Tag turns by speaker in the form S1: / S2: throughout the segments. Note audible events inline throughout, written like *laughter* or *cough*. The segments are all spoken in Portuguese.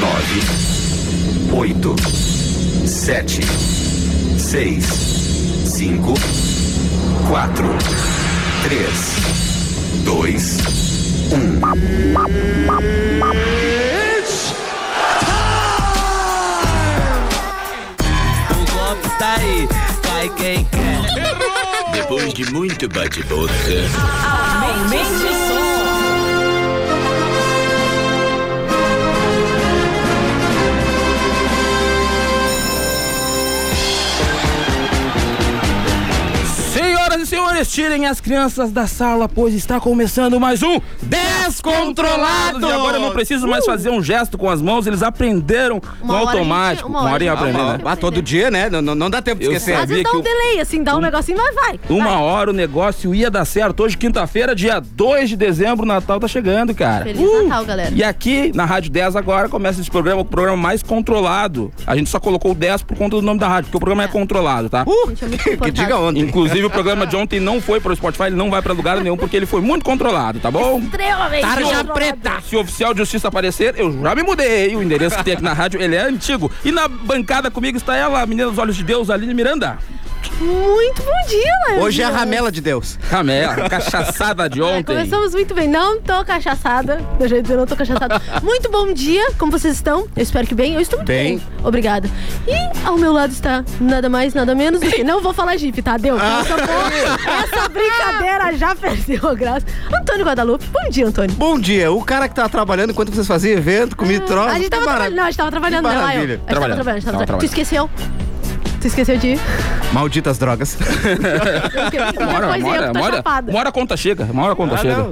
S1: Nove, oito, sete, seis, cinco, quatro, três, dois, um.
S2: O golpe está tá aí, cai quem quer.
S3: Depois de muito bate-boca,
S4: Aumente o som.
S5: Senhoras e senhores, tirem as crianças da sala, pois está começando mais um Descontrolados! E agora eu não preciso mais fazer um gesto com as mãos, eles aprenderam no
S6: Uh! Uma hora
S5: automático.
S6: a gente- uma
S5: Uma hora em
S6: hora a gente-
S5: aprender, né?
S6: uma
S7: Ah, todo dia, né? Não, não- não dá tempo de
S5: Eu
S7: esquecer.
S6: Às
S5: sabia
S6: vezes dá
S5: que
S6: um
S5: eu-
S6: delay, assim, dá um negocinho, mas vai.
S5: Uma hora o negócio ia dar certo. Hoje, quinta-feira, dia 2 de dezembro, o Natal tá chegando, cara. Uh!
S6: Feliz Natal, galera.
S5: E aqui, na Rádio 10 agora, começa esse programa, o programa mais controlado. A gente só colocou o 10 por conta do nome da rádio, porque o programa é controlado, tá?
S6: A gente é muito confortável.
S7: Uh, Que diga onde.
S5: Inclusive, o programa de ontem não foi pro Spotify, ele não vai pra lugar nenhum, porque ele foi muito controlado, tá bom?
S6: Extremamente controlado.
S5: Se o oficial de justiça aparecer, eu já me mudei. O endereço que tem aqui na rádio, ele é antigo. E na bancada comigo está ela, a menina dos olhos de Deus, Aline Miranda.
S6: Muito bom dia, Léo.
S7: Hoje é a ramela de Deus.
S5: Camela, cachaçada de
S6: É,
S5: ontem.
S6: começamos muito bem. Não tô cachaçada. Do jeito que eu não tô
S7: *laughs*
S6: cachaçada. muito bom dia. Como vocês estão? Eu espero que bem. Eu estou muito bem.
S7: Bem.
S6: Obrigada. E ao meu lado está nada mais, nada menos do que... Não vou falar Jeep, tá? Deu.
S7: Ah.
S6: Essa, porra- essa brincadeira já *laughs* perdeu a graça. Antônio Guadalupe. Bom dia, Antônio.
S7: Bom dia, o cara que tava trabalhando enquanto vocês faziam evento, comia troço.
S6: A gente Ah, tava
S7: mara-
S6: trabalhando. Não, a gente tava trabalhando, né, Lael? A
S7: maravilha.
S6: gente tava trabalhando, a gente tava
S5: Tava
S6: trabalhando. Tu esqueceu? Tu esqueceu de ir?
S7: Malditas drogas.
S6: Depois eu
S5: *laughs* Mora, mora,
S6: que tô
S5: mora,
S6: chapada.
S5: mora a conta chega, mora a conta
S7: Ah,
S5: chega.
S7: não.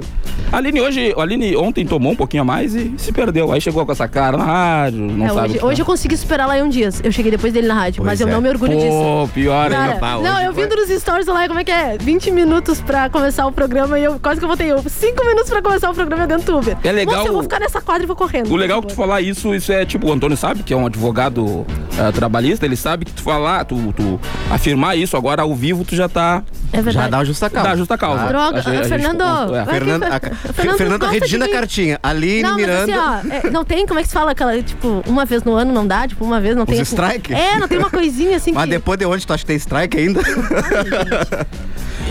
S5: Aline hoje, Aline ontem tomou um pouquinho a mais e se perdeu. Aí chegou com essa cara na rádio, não
S6: É,
S5: sabe. o
S6: hoje,
S5: que tá
S6: hoje eu consegui superar Laion Dias. Eu cheguei depois dele na rádio,
S7: Pois
S6: mas eu
S7: é.
S6: não me orgulho disso.
S5: Pô, pior
S6: Cara,
S5: ainda.
S7: pá, hoje
S6: não, eu
S7: foi-
S6: vindo nos stories do Laio, como é que é? 20 minutos pra começar o programa e eu quase que eu botei 5 minutos pra começar o programa e eu dentro do Uber.
S5: É legal
S6: Moça, eu vou
S5: o-
S6: ficar nessa quadra e vou correndo.
S5: O legal é que tu falar isso, isso é tipo, o Antônio sabe que é um advogado eh, trabalhista, ele sabe que tu falar, tu, tu afirmar isso agora ao vivo, tu já tá.
S6: É
S7: Já
S6: verdade.
S7: dá o justa causa.
S5: Dá justa causa.
S6: Droga,
S5: A gente- a gente-
S6: Fernando.
S5: é,
S6: vai que
S7: Fernanda, a-
S6: Fer-
S7: Fernanda,
S6: gosta de
S7: Regina
S6: mim.
S7: Cartinha, Aline
S6: Não,
S7: Miranda.
S6: mas assim, ó, é, não tem, como é que se fala aquela, tipo, uma vez no ano não dá, tipo, uma vez não tem. assim-
S7: strike?
S6: É, não tem uma coisinha assim
S7: *laughs* Mas
S6: que.
S7: depois de onde tu acha que tem
S6: *laughs*
S7: strike ainda?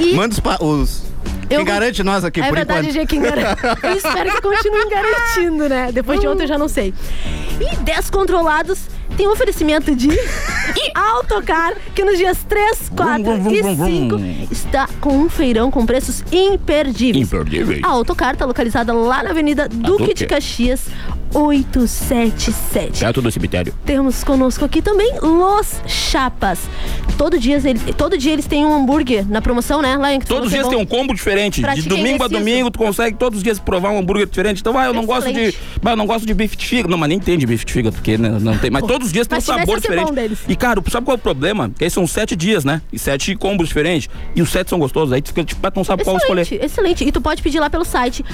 S6: E-
S7: Manda os. Pa, os
S6: Eu-
S7: Quem garante nós aqui,
S6: é
S7: por
S6: verdade,
S7: enquanto.
S6: G, quem garante. Eu espero que continuem garantindo, né? Depois de ontem eu já não sei. E Descontrolados tem um oferecimento
S7: *laughs*
S6: de Autocar, que nos dias 3, 4
S5: Vrum, vrum,
S6: e
S5: vrum, vrum,
S6: 5
S5: vrum.
S6: está com um feirão com preços imperdíveis.
S5: Imperdíveis.
S6: A Autocar está localizada lá na Avenida Duque de
S5: Duque.
S6: Caxias, 877.
S5: Perto do cemitério.
S6: Temos conosco aqui também Los Chapas. Todo dia, ele- todo dia eles têm um hambúrguer na promoção, né? Lá em que tu falou
S5: Todos os
S6: que é
S5: dias
S6: bom.
S5: tem um combo diferente.
S6: Pra
S5: de
S6: ti que é
S5: domingo a
S6: indeciso.
S5: domingo, tu consegue todos os dias provar um hambúrguer diferente. Então, ah, eu não gosto de.
S6: Excelente.
S5: Bah, eu não gosto de bife de fígado. Não, mas nem tem de bife de fígado, porque né, não tem. Mas todos os dias tem um
S6: Mas tivesse,
S5: sabor
S6: ia ser bom
S5: diferente.
S6: deles.
S5: E, cara, sabe qual é o problema? Que aí são sete dias, né? E sete combos diferentes. E os sete são gostosos. Aí tu fica tipo, ah, tu não sabe qual escolher.
S6: Excelente, excelente. E tu pode pedir lá pelo site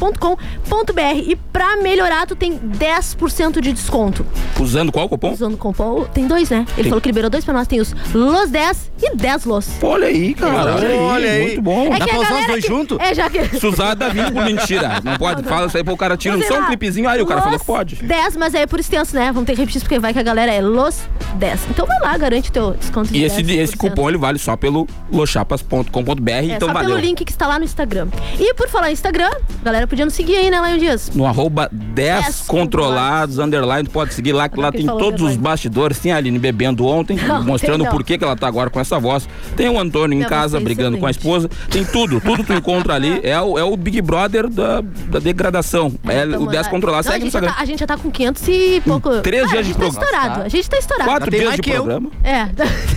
S6: loschapas.com.br e pra melhorar tu tem 10% de desconto.
S5: Usando qual cupom?
S6: Usando o cupom, tem dois, né? Ele
S5: Tem.
S6: falou que liberou dois pra nós, tem os Los 10 e 10 Los.
S5: Olha aí, cara.
S7: Olha aí.
S5: Muito bom.
S6: É
S7: Dá
S6: que a
S7: pra usar os
S6: galera
S7: dois
S6: que-
S7: junto?
S6: É, já que...
S5: Suzada vindo por mentira. Não pode. Fala isso aí pro cara, tira um
S6: Sei
S5: só um
S6: lá,
S5: clipezinho. Aí o cara
S6: Los
S5: falou que pode.
S6: 10, mas aí é por extenso, né? Vamos ter que repetir isso, porque vai que a galera é Los 10. Então vai lá, garante teu desconto de
S5: E esse,
S6: 10%.
S5: esse cupom ele vale só pelo lochapas.com.br.
S6: É,
S5: então
S6: só
S5: valeu.
S6: pelo link que está lá no Instagram. E por falar em Instagram, galera podia nos seguir aí, né, Lion Dias?
S5: No arroba 10
S6: 10
S5: controlados, underline, tu pode seguir lá, que lá
S6: que
S5: tem
S6: falou
S5: todos os
S6: underline.
S5: bastidores. Tem a Aline bebendo ontem,
S6: Não,
S5: mostrando
S6: tem não.
S5: por que que ela tá agora com essa voz. Tem o Antônio em
S6: Minha voz
S5: casa,
S6: tá
S5: brigando com a esposa. Tem tudo, tudo tu
S6: *laughs*
S5: encontra ali. É o, é o Big Brother da, da degradação. É
S6: Então,
S5: o 10
S6: é.
S5: controlados.
S6: Não,
S5: Segue no
S6: a gente,
S5: Instagram.
S6: já tá, a gente já tá com 500 e pouco.
S5: três dias de
S6: A gente tá
S5: programa.
S6: estourado. A gente tá estourado.
S5: Quatro
S7: tem
S5: dias
S7: mais
S5: de
S7: que eu.
S5: programa. *laughs*
S6: É.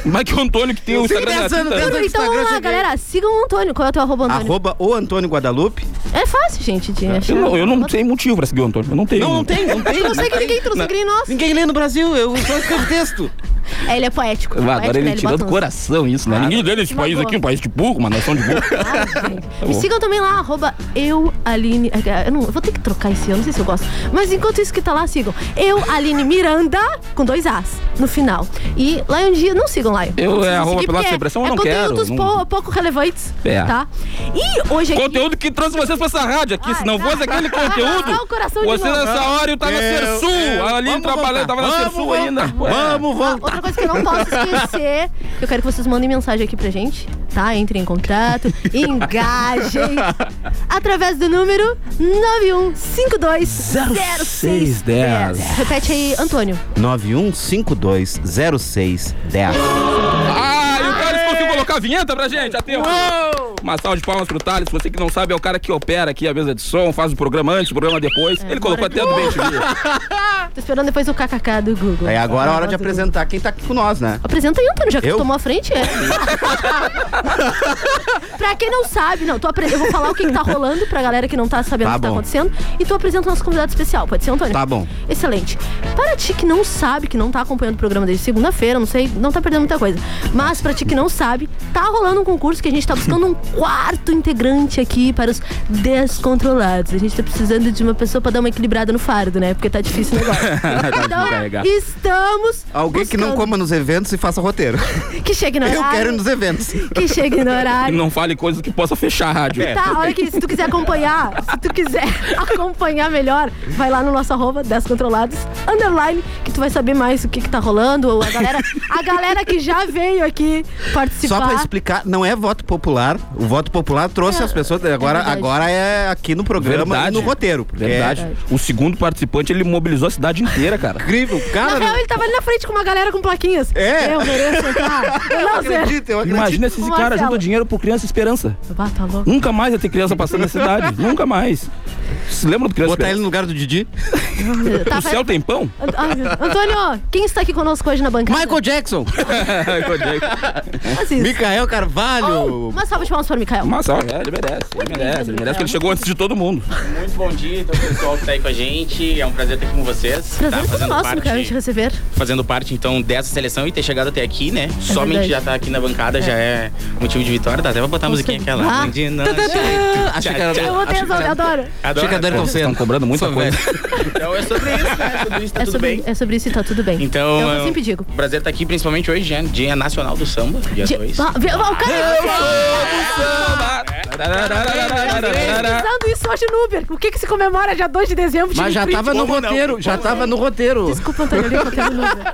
S5: Mas que o Antônio que tem o
S7: Eu sei
S5: Instagram né?
S7: que
S5: da
S7: dez anos,
S5: Tita.
S7: dez anos.
S6: então vamos lá,
S7: cheguei.
S6: galera. Sigam o Antônio. Qual é o teu arroba, Antônio?
S7: Arroba o Antônio Guadalupe.
S6: É fácil, gente, de achar.
S5: Eu não, eu não tenho motivo pra seguir o Antônio. Eu não um. tenho.
S7: tem, não
S6: Eu não sei que ninguém trouxe o Green nosso.
S7: Ninguém lê no Brasil, eu só escrevo texto.
S6: É, ele é poético.
S5: Agora
S6: poético, né?
S5: ele tirou do
S6: bota uns-
S5: coração isso, né? Ninguém ganha esse
S6: Uma
S5: país
S6: boa.
S5: aqui, um país de burro, uma nação de burro. Tá
S6: Me sigam também lá, arroba eu, Aline. eh, Eu, não, eu vou ter que trocar esse ano, não sei se eu gosto. Mas enquanto isso que tá lá, sigam. Eu, Aline Miranda, com dois As no final. E Lion Dia, não sigam Lion.
S5: Eu,
S6: Não
S5: é,
S6: precisam
S5: arroba
S6: seguir,
S5: Pelota
S6: porque
S5: Sem Pressão, eu
S6: é
S5: não
S6: conteúdos
S5: quero,
S6: pou-
S5: não-
S6: pouco relevantes.
S5: É.
S6: Tá? E hoje aqui.
S5: Conteúdo que trouxe vocês pra essa rádio aqui.
S6: Ai,
S5: Se não
S6: tá. *laughs*
S5: fosse aquele
S6: Dá o
S5: conteúdo,
S6: coração de
S5: você
S6: novo.
S5: nessa hora eu tava Tá na
S7: Meu
S5: Cersul.
S7: Deus.
S5: Ali
S7: é, Vamos voltar.
S5: trabalhando, tava na
S7: Vamos
S5: Cersul
S7: voltar.
S5: ainda.
S7: Vamos,
S6: Ah,
S7: vamos.
S6: outra coisa que eu não posso esquecer, eu quero que vocês mandem mensagem aqui pra gente, tá? Entrem em contato,
S7: *laughs*
S6: engajem através do número 91520610. Repete aí, Antônio.
S7: 91520610.
S5: Ah, e o Thales conseguiu colocar a vinheta pra gente, a tempo. Uma salva de palmas pro Thales. Você que não sabe, é o cara que opera aqui a mesa de som, faz o programa antes, o programa depois.
S7: É,
S5: Ele colocou até do bem
S6: Tô esperando depois o kkk do Google.
S7: É agora é a hora de
S6: Do Google.
S7: apresentar quem tá aqui com nós, né?
S6: Apresenta aí, Antônio, já que
S7: Eu?
S6: tu tomou a frente.
S7: *laughs*
S6: É. pra quem não sabe, não, tu apre... eu vou falar o que, que tá rolando pra galera que não tá sabendo
S7: Tá
S6: o que tá
S7: bom.
S6: acontecendo. E tu apresenta o nosso convidado especial, pode ser, Antônio?
S7: Tá bom.
S6: Excelente. Para ti que não sabe, que não tá acompanhando o programa desde segunda-feira, não sei, não tá perdendo muita coisa. Mas pra ti que não sabe, tá rolando um concurso que a gente tá buscando um quarto integrante aqui para os descontrolados. A gente tá precisando de uma pessoa pra dar uma equilibrada no fardo, né? Porque tá difícil o
S7: *laughs*
S6: negócio. então,
S5: carregar.
S6: estamos
S7: Alguém que não
S6: buscando-
S7: coma nos eventos e faça roteiro. *laughs*
S6: que chegue no
S7: Eu
S6: horário.
S7: quero ir nos eventos.
S6: Que chegue no
S5: E
S6: horário.
S5: não é. fale coisas que possa fechar a rádio.
S7: É,
S6: Tá, olha aqui, se tu quiser acompanhar, se tu quiser *laughs* acompanhar melhor, vai lá no nosso arroba Descontrolados, underline, que tu vai saber mais o que que tá rolando, ou a galera, a galera que já veio aqui participar.
S7: Só pra explicar, não é voto popular. O voto popular trouxe
S6: É,
S7: as pessoas. Agora é,
S6: verdade.
S7: agora é aqui no programa e
S5: Verdade.
S7: no roteiro. porque
S5: Verdade.
S7: É
S5: O segundo participante, ele mobilizou a cidade inteira, cara.
S7: incrível,
S6: Na
S7: cara.
S6: real, ele tava ali na frente com uma galera com plaquinhas.
S7: né? É.
S6: Eu mereço entrar. Eu não sei.
S7: acredito, eu acredito.
S5: Imagina se esse
S6: Marcelo.
S5: cara junta dinheiro pro Criança Esperança.
S6: Ah, tá louco.
S5: Nunca mais vai ter criança passando
S7: *laughs*
S5: na cidade. Nunca mais. Se lembra do Criança
S7: Botar ele
S5: Esperança?
S7: no lugar do Didi.
S6: Tá,
S5: O
S6: vai-
S5: céu
S6: *laughs*
S5: tem pão?
S6: Ant- ai, meu- Antônio, quem está aqui conosco hoje na bancada? *laughs*
S7: Michael Jackson.
S6: É, Faz isso.
S7: Micael Carvalho.
S6: Uma salva de palmas para o Mikael.
S5: Mas ó, É, ele merece, ele merece, ele merece, porque ele chegou antes de todo mundo.
S8: Muito bom dia, então, pessoal que tá aí com a gente. É um prazer estar aqui com vocês.
S6: Prazer
S8: tá
S6: é todo
S8: fazendo
S6: nosso, Mikael, te
S8: parte,
S6: receber.
S8: fazendo parte, então, dessa seleção e ter chegado até aqui, né?
S6: É verdade.
S8: Somente já tá aqui na bancada já é motivo de vitória. Tá até pra botar a musiquinha
S6: Nossa.
S8: aquela.
S6: Ah.
S8: Grande noite.
S7: Achei que
S5: Tá
S7: era-
S8: Tchau,
S6: Eu odeio,
S7: acho que
S5: né?
S6: eu adoro.
S8: Adoro.
S7: Achei que a Dani
S8: Pô,
S7: Calceira.
S5: Estão cobrando muita
S7: Sou
S5: coisa.
S8: Então é sobre isso, né? Sobre isso tá
S6: é,
S8: tudo
S6: sobre,
S8: bem.
S6: é sobre isso e tá tudo bem.
S8: Então,
S6: Eu
S8: é um
S6: sempre digo.
S8: prazer estar aqui, principalmente hoje, né? Dia Nacional do Samba,
S7: É
S8: dia
S6: De-
S8: 2.
S6: Ah, vê- ah, o cara
S8: É, tá
S6: tá usando isso hoje no Uber. O que que se comemora dia 2 de dezembro?
S7: Mas
S6: Tive
S7: já
S6: free.
S7: tava no roteiro, já tava no roteiro.
S6: Desculpa, Antônio, eu li o roteiro no
S7: *laughs*
S6: Uber.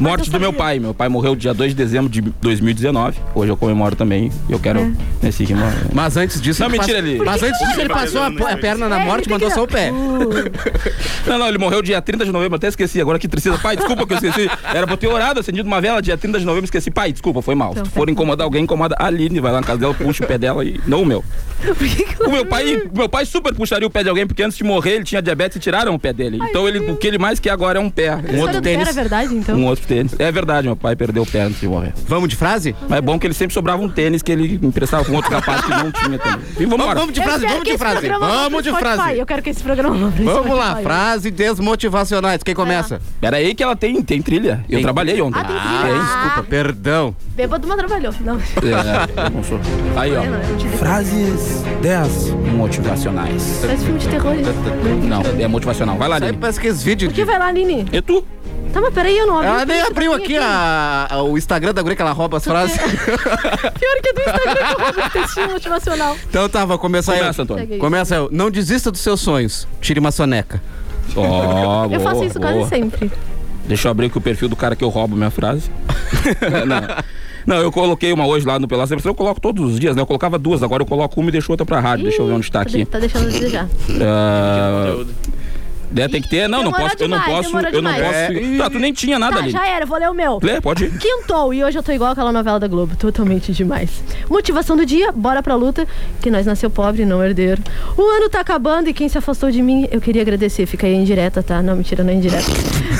S5: Morte do meu pai. Meu pai morreu dia 2 de dezembro de 2019. Hoje eu comemoro também. e Eu
S6: É.
S5: quero nesse rima.
S7: Mas antes disso.
S5: Não,
S7: ele
S5: mentira,
S7: passa-
S5: ele-
S7: Mas antes disso, ele passou a, a perna na
S6: É,
S7: morte
S6: ele
S7: e
S6: tem
S7: mandou
S6: que-
S7: só o pé.
S6: Uh,
S5: Não, não, ele morreu dia 30 de novembro. Até esqueci agora que tristeza. Pai, desculpa que eu esqueci. Era pra eu ter orado, acendido uma vela dia 30 de novembro. Esqueci. Pai, desculpa, foi mal.
S6: Então,
S5: Se
S6: tá
S5: for
S6: bom.
S5: incomodar alguém, incomoda a Aline. Vai lá na casa dela, puxa o pé dela e. Não o meu.
S6: por que
S7: Um
S6: que
S5: O meu pai, meu pai super puxaria o pé de alguém, porque antes de morrer ele tinha diabetes e tiraram o pé dele. Então ele, o que ele mais quer agora é um pé. Um
S6: História
S5: outro
S6: do pé
S5: tênis.
S6: era verdade, então?
S5: Um outro tênis. É verdade, meu pai perdeu o pé antes de morrer.
S7: Vamos de frase?
S5: Mas é bom que ele sempre sobrava um tênis que ele emprestava com outro rapaz que não tinha também. E vamos
S7: Vamos,
S5: embora.
S7: vamos de
S6: Eu
S7: frase,
S6: quero que
S7: vamos de
S6: esse
S7: frase.
S6: programa vá
S7: Vamos de
S6: pro Spotify.
S7: frase.
S6: Eu quero que esse programa vá pro
S7: Vamos lá,
S6: Spotify.
S7: frase desmotivacionais. Quem começa?
S5: Pera aí que ela tem, tem trilha. Eu
S7: Tem.
S5: trabalhei ontem.
S6: Ah, tem trilha.
S7: Desculpa, perdão.
S6: Bêbado, mas trabalhou. Não, *laughs*
S5: É, não sou. Aí, ó.
S6: não, eu te dei.
S5: Frases 10 motivacionais.
S6: Parece é filme de terror. isso.
S5: Não, é motivacional. Vai lá,
S7: Aí
S5: Aline.
S7: parece que esse vídeo.
S6: Por que vai lá, Nini?
S5: E tu?
S6: Tá, mas peraí, eu não abri.
S7: Ela
S6: o
S7: nem
S6: filtro
S7: abriu
S6: que tem
S7: aqui a- a- o Instagram da guria que ela rouba as frases. *laughs*
S6: Pior que é do Instagram que eu roubo esse textinho motivacional.
S7: Então tá, vou começar eu.
S5: Começa, Antônio.
S6: Peguei.
S7: Começa eu. Não desista dos seus sonhos. Tire uma soneca.
S5: Ó,
S6: Eu faço
S5: boa,
S6: isso quase
S5: boa.
S6: sempre.
S5: Deixa eu abrir aqui o perfil do cara que eu roubo minha frase. *laughs* não. Não, eu coloquei uma hoje lá no Pelas Eu coloco todos os dias, né? Eu colocava duas, agora eu coloco uma e deixo outra pra rádio. Deixa eu ver onde tá aqui.
S6: Tá deixando a
S5: *laughs*
S6: desejar.
S5: Ah, né, tem que ter. Não, não
S6: demorou
S5: posso. Eu não
S6: demais,
S5: posso.
S6: demorou
S5: Eu não
S6: demais.
S5: posso. Tá, tu nem tinha nada
S6: Tá,
S5: ali.
S6: já era, vou ler o meu.
S5: Lê, pode ir.
S6: Quintou, e hoje eu tô igual aquela novela da Globo, totalmente demais. Motivação do dia, bora pra luta, que nós nasceu pobre, não herdeiro. O ano tá acabando e quem se afastou de mim, eu queria agradecer. Fica aí indireta, tá? Não, mentira, não é indireta.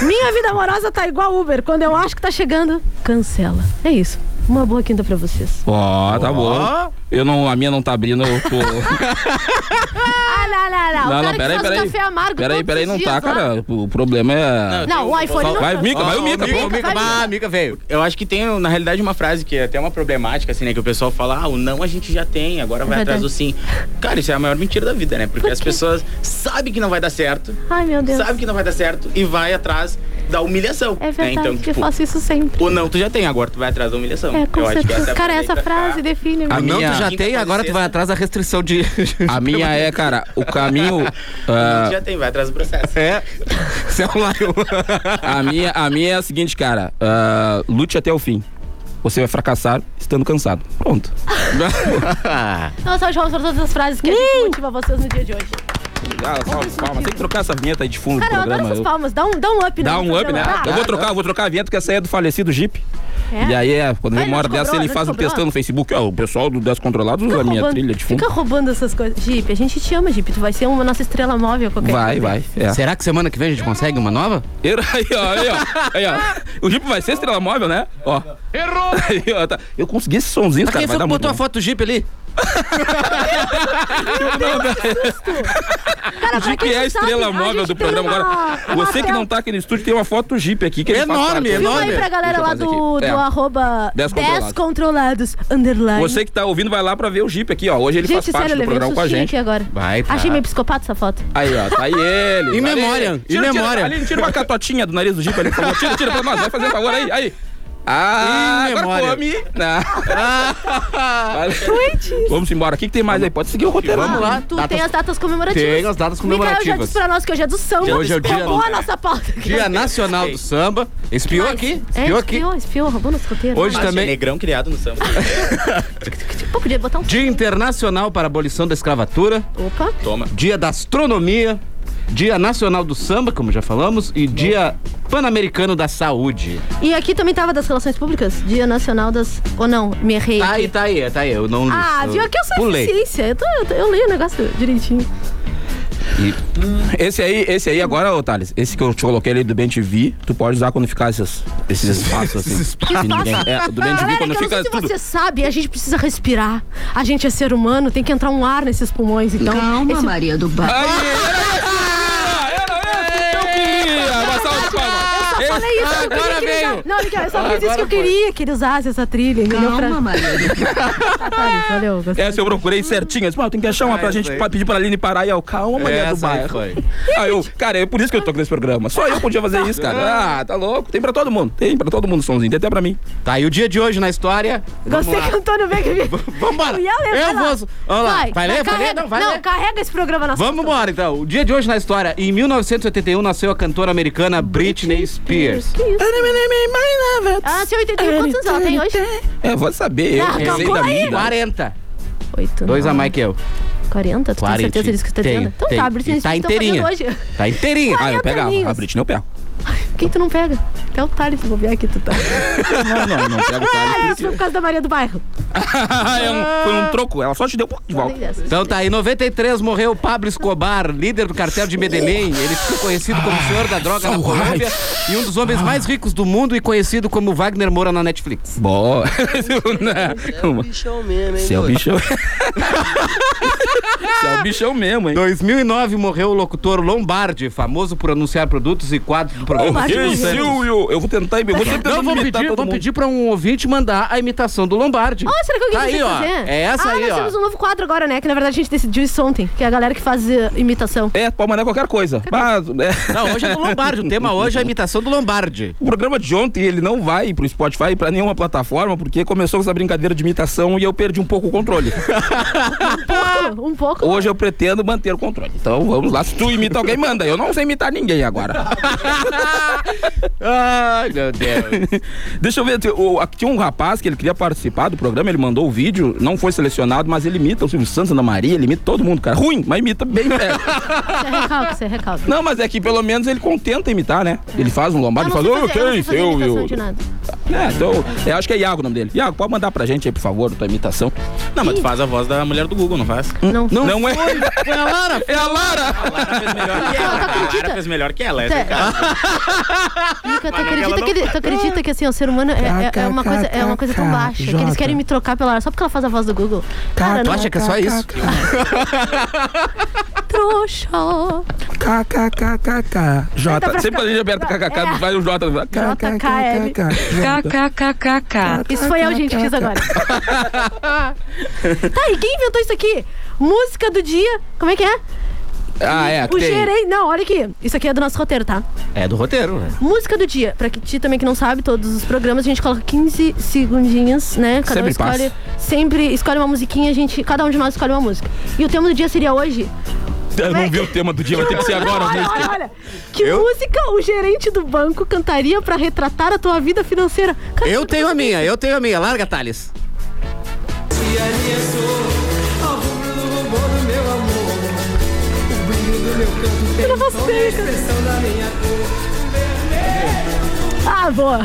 S6: Minha vida amorosa tá igual Uber, quando eu acho que tá chegando, cancela. É isso. Uma boa quinta pra vocês.
S5: Ó, tá bom. Eu não, a minha não tá abrindo.
S6: *laughs*
S5: Eu tô...
S6: Ah, não, não, não.
S5: não,
S6: o
S5: não,
S6: cara
S5: peraí,
S6: que faz
S5: peraí.
S6: café amargo
S5: Peraí,
S6: todos
S5: peraí,
S6: os
S5: não tá,
S6: dias lá.
S5: cara. O problema é.
S6: Não, o iPhone não. tá.
S5: Vai o Mica, vai o Mica, pô.
S6: Mica, vai,
S7: Ah,
S6: Mica.
S7: amiga, veio.
S8: Eu acho que tem, na realidade, uma frase que é até uma problemática, assim, né? Que o pessoal fala, ah, o não a gente já tem, agora vai
S6: Verdade.
S8: atrás do sim. Cara, isso é a maior mentira da vida, né? Porque
S6: Por
S8: as
S6: quê?
S8: pessoas sabem que não vai dar certo,
S6: Ai, meu Deus.
S8: sabem que não vai dar certo e vai atrás da humilhação.
S6: É verdade,
S8: né? Então,
S6: eu
S8: tipo,
S6: faço isso sempre.
S8: o não tu já tem, agora tu vai atrás da humilhação.
S6: É, com
S8: eu acho que
S6: certeza.
S8: essa é a
S6: Cara,
S8: frase
S6: essa
S8: aí pra ficar-
S6: frase define.
S5: A
S6: meu.
S7: Não,
S5: minha-
S7: tu já
S8: Quinta
S7: tem,
S8: pra
S7: agora tu
S8: sexta.
S7: vai atrás da restrição de. *laughs*
S5: A minha é, cara, o caminho.
S8: O não
S5: ah,
S8: tu já tem, vai atrás do processo.
S7: É.
S5: um
S7: Celular.
S5: a, minha, a minha é a seguinte, cara. ah, lute até o fim. Você vai fracassar estando cansado. Pronto.
S6: Nossa, hoje vamos para todas as frases que a gente motiva vocês no dia de hoje.
S5: Ah, palma, palma. Tem que trocar essa vinheta aí de fundo
S6: Cara,
S5: do
S6: eu adoro
S5: programa.
S6: essas
S5: Eu-
S6: palmas. Dá um, dá um up,
S5: Dá
S6: no
S5: um up, né?
S6: programa.
S5: Eu vou trocar, eu vou trocar a vinheta, porque essa aí é do falecido Jeep.
S6: É?
S5: E aí, é, quando
S6: Vai,
S5: vem
S6: não
S5: uma hora
S6: te
S5: dessa,
S6: cobrou,
S5: ele
S6: não
S5: faz
S6: te
S5: um
S6: cobrou?
S5: textão no Facebook. Ó, o pessoal do Descontrolados usa a minha
S6: roubando-
S5: trilha de fundo.
S6: Fica roubando essas coisas. Jeep, a gente te ama, Jeep. Tu vai ser uma nossa estrela móvel qualquer
S5: Vai, vai. É.
S7: Será que semana que vem a gente consegue uma nova?
S5: Era- Aí, ó, aí, ó, aí, ó. O Jeep vai ser estrela móvel, né? Ó. Errou! *laughs* Aí, ó, tá. Eu consegui esse sonzinho,
S7: Pra
S5: cara.
S7: quem
S5: Tá, Vai
S7: foi
S5: dar
S7: que
S5: muito
S7: botou a
S5: bom.
S7: foto do Jeep ali?
S6: Cara,
S5: O Jeep é a estrela móvel do programa agora. Você que não tá aqui no estúdio, tem uma foto do Jeep aqui. Que ele faz
S7: Enorme,
S5: parte.
S7: enorme.
S6: Filma aí pra galera
S5: Deixa eu
S6: lá
S5: fazer
S6: do, do
S5: aqui. É.
S6: arroba
S5: Descontrolados.
S6: descontrolados, underline.
S5: Você que tá ouvindo, vai lá pra ver o Jeep aqui, ó. Hoje ele
S6: gente,
S5: faz parte
S6: sério, eu
S5: do
S6: levei um
S5: programa com a
S6: sustinho
S5: gente.
S6: aqui agora.
S7: Vai, tá.
S6: Achei meio psicopata essa foto.
S5: Aí, ó, tá aí ele.
S7: Em
S5: Tá ali.
S7: memória, em
S5: Tira, tira,
S7: memória.
S5: Ali, tira uma catotinha do nariz do Jeep ali, por favor. Tira, tira pra nós, vai fazer favor aí, aí. Ah,
S7: Em memória.
S5: agora come. Ah. Vamos embora. O que, que tem mais aí? Pode seguir o roteiro.
S7: Vamos lá.
S6: Tu
S7: datas-
S6: tem as datas comemorativas.
S7: Tem as datas
S6: Micael já
S7: comemorativas.
S6: disse pra nós que hoje é do samba.
S7: Hoje é o dia
S6: Roubou
S7: do-
S6: a nossa pauta.
S7: Dia Nacional do Samba. Espiou
S6: Mas-
S7: aqui.
S6: É,
S7: Espiou aqui.
S6: Espiou, espiou, roubou nosso roteiro.
S7: Hoje tá-
S8: Mas
S7: também-
S8: é negrão criado no samba. né?
S6: Pô, podia botar um...
S7: Dia Internacional para a Abolição da Escravatura.
S6: Opa.
S8: Toma.
S7: Dia da Astronomia. Dia Nacional do Samba, como já falamos. E Dia Pan-Americano da Saúde.
S6: E aqui também tava das relações públicas. Dia Nacional das... Ou não, me errei.
S7: Tá
S6: aqui.
S7: aí, tá aí, tá aí. Eu não li.
S6: Ah, viu? Aqui eu sou
S7: Pulei.
S6: eficiência. Eu, tô, eu, tô- eu leio o negócio direitinho.
S5: Esse aí, esse aí agora, ô Thales, esse que eu te coloquei ali do Bem TV, tu pode usar quando ficar esses, esses espaços assim.
S6: Que
S5: sem ninguém.
S6: espaço?
S5: É, do Bem TV
S6: Galera,
S5: quando
S6: que eu não
S5: fica
S6: sei se
S5: tudo.
S6: você sabe, a gente precisa respirar. A gente é ser humano, tem que entrar um ar nesses pulmões, então.
S9: Calma,
S6: esse-
S9: Maria do Bar.
S5: Aí, era esse, era esse que eu queria. Uma salva de palmas.
S6: Eu só falei isso, eu não queria
S7: Agora
S6: que ele
S7: veio.
S6: usasse- Não, Miguel, eu só fiz isso que eu
S7: Agora
S6: queria que ele usasse essa trilha, entendeu? Pra...
S9: Calma, Maria do Bar.
S6: Ah, tá, valeu,
S7: É,
S6: gostei.
S5: Essa eu procurei certinho. Eu disse, "Mano, tem que achar uma pra
S7: Ah,
S5: gente
S7: isso aí.
S5: pra pedir pra Aline parar e eu, calma, Maria do
S7: Essa aí
S5: Bairro.
S7: foi.
S5: Aí eu, cara, é por isso que eu tô aqui nesse programa. Só eu podia fazer isso, cara. Ah, tá louco. Tem pra todo mundo. Tem pra todo mundo o somzinho. Tem até pra mim.
S7: Tá, e o dia de hoje na história.
S6: Gostei que o Antônio veio que *laughs*
S7: Vambora!
S6: Eu ia ler,
S7: Eu
S6: vai lá.
S7: vou. Olha lá. Vai, ler, vai ler,
S6: carrega-
S7: não, vai ler.
S6: carrega esse programa na
S7: Vamos
S6: sua-
S7: embora então. O dia de hoje na história. Em 1981 nasceu a cantora americana Britney Spears.
S6: Que isso? Ah, seu 81, quantos anos ela tem hoje?
S5: É, vou saber. Eu
S6: Ah,
S5: não sei
S6: calcula
S5: da
S6: aí.
S5: vida.
S7: 40.
S6: Oito.
S7: Dois a
S6: nove,
S7: mais que eu.
S6: 40, tu tem
S7: 40.
S6: certeza disso que tu tá
S7: Tenho,
S6: dizendo? Então
S7: tenho.
S6: tá, Britney
S7: E tá
S6: Spears tá
S7: inteirinha.
S6: fazendo hoje.
S7: Tá inteirinha.
S5: Ah, eu
S6: Quarenta
S5: pegava.
S6: aninhos.
S5: A Britney eu pego.
S6: Quem tu não pega? Até o Thales, vou ver aqui, tu
S7: *laughs*
S6: tá.
S5: Não, não, não pego *laughs*
S6: Ah,
S5: tarde.
S6: isso foi por causa da Maria do Bairro.
S5: é um, foi um troco. Ela só te deu um pouco de volta.
S7: Então tá, em 93 morreu Pablo Escobar, líder do cartel de Medellín. Ele ficou conhecido como senhor da droga na
S5: so
S7: Colômbia e um dos homens mais ricos do mundo e conhecido como Wagner Moura na Netflix.
S5: Boa. *laughs* é o bichão mesmo, hein? Você é o bichão. *laughs* Você é o bichão mesmo, hein?
S7: 2009 morreu o locutor Lombardi, famoso por anunciar produtos e quadros do programa.
S6: Lombardi morreu.
S5: Ei, Silvio, eu vou tentar, eu vou tentar
S7: Não, vamos
S5: imitar
S7: pedir,
S5: todo
S7: vamos
S5: mundo.
S7: pedir pra um ouvinte mandar a imitação do Lombardi.
S6: Oh, será que alguém
S7: tá aí,
S6: precisa
S7: ó.
S6: fazer?
S7: É essa
S6: ah,
S7: aí,
S6: nós
S7: ó.
S6: temos um novo quadro agora, né? Que na verdade a gente decidiu isso ontem, que é a galera que faz eh, imitação.
S5: É, pode mandar qualquer coisa. Mas, *laughs* é,
S7: Não, hoje é do Lombardi. O tema hoje é a imitação do Lombardi.
S5: o programa de ontem, ele não vai pro Spotify, pra nenhuma plataforma, porque começou com essa brincadeira de imitação e eu perdi um pouco
S7: *laughs*
S5: o controle.
S7: Ah!
S6: Pouco, um pouco.
S5: Hoje eu pretendo manter o controle. Então vamos lá, se tu imita alguém, manda. Eu não sei imitar ninguém agora.
S7: *laughs* Ai, meu Deus.
S5: Deixa eu ver, tem- o- aqui tinha um rapaz que ele queria participar do programa, ele mandou o vídeo, não foi selecionado, mas ele imita o Silvio Santos, Ana Maria, ele imita todo mundo, cara. Ruim, mas
S7: *laughs*
S5: imita bem velho.
S6: Isso é recalque, isso é recalque.
S5: Não, mas é que pelo menos ele contenta imitar, né? Ele faz um lombardo e
S6: Eu
S5: fala,
S6: não sei
S5: ô,
S6: fazer- eu não
S5: quem,
S6: sei fazer imitação
S5: Silvio?
S6: de nada.
S5: É, então, eu acho que é Iago o nome dele. Iago, pode mandar pra gente aí, por favor, tua imitação.
S8: Não, mas tu faz a voz da mulher do Google, não faz?
S7: Hum?
S6: Não.
S5: Não, é. *laughs*
S7: Foi a Lara?
S5: É a Lara!
S8: Melhor que
S6: Tu
S8: ela. A
S6: acredita?
S8: Lara fez melhor que *laughs* ela. essa é
S6: Tá.
S8: o caso.
S6: Mica, tu acredita, que, ele- tu acredita que assim, o ser humano é, é- é uma, coisa, é uma coisa tão baixa que eles querem me trocar pela Lara só porque ela faz a voz do Google? Cara,
S7: Tu
S6: não.
S7: acha que é só isso?
S6: Trouxa.
S5: KKKKK. Jota.
S6: pra
S5: Sempre
S6: ficar-
S5: quando a gente aperta KKK,
S6: É.
S5: vai o Jota.
S6: JKL.
S5: Tá,
S4: KKKKK.
S6: Isso foi eu, gente, que fiz agora. tá, e quem inventou isso aqui? Música do dia. Como é que é?
S7: Ah, é.
S6: O
S7: tem.
S6: gerente. Não, olha aqui. Isso aqui é do nosso roteiro, tá?
S9: É do roteiro, né?
S6: Música do dia. Pra que ti também que não sabe, todos os programas a gente coloca 15 segundinhos, né? Cada um
S5: Sempre passa.
S6: escolhe. Sempre escolhe uma musiquinha, a gente. Cada um de nós escolhe uma música. E o tema do dia seria hoje.
S5: Eu não vi o tema do dia, vai
S6: *laughs*
S5: ter que ser agora.
S6: olha,
S5: né?
S6: olha, olha. Que música o gerente do banco cantaria pra retratar a tua vida financeira? Cara,
S9: Eu tenho a minha, eu tenho a minha. Larga, Thales.
S6: Eu não faço ideia, cara. Ah, boa.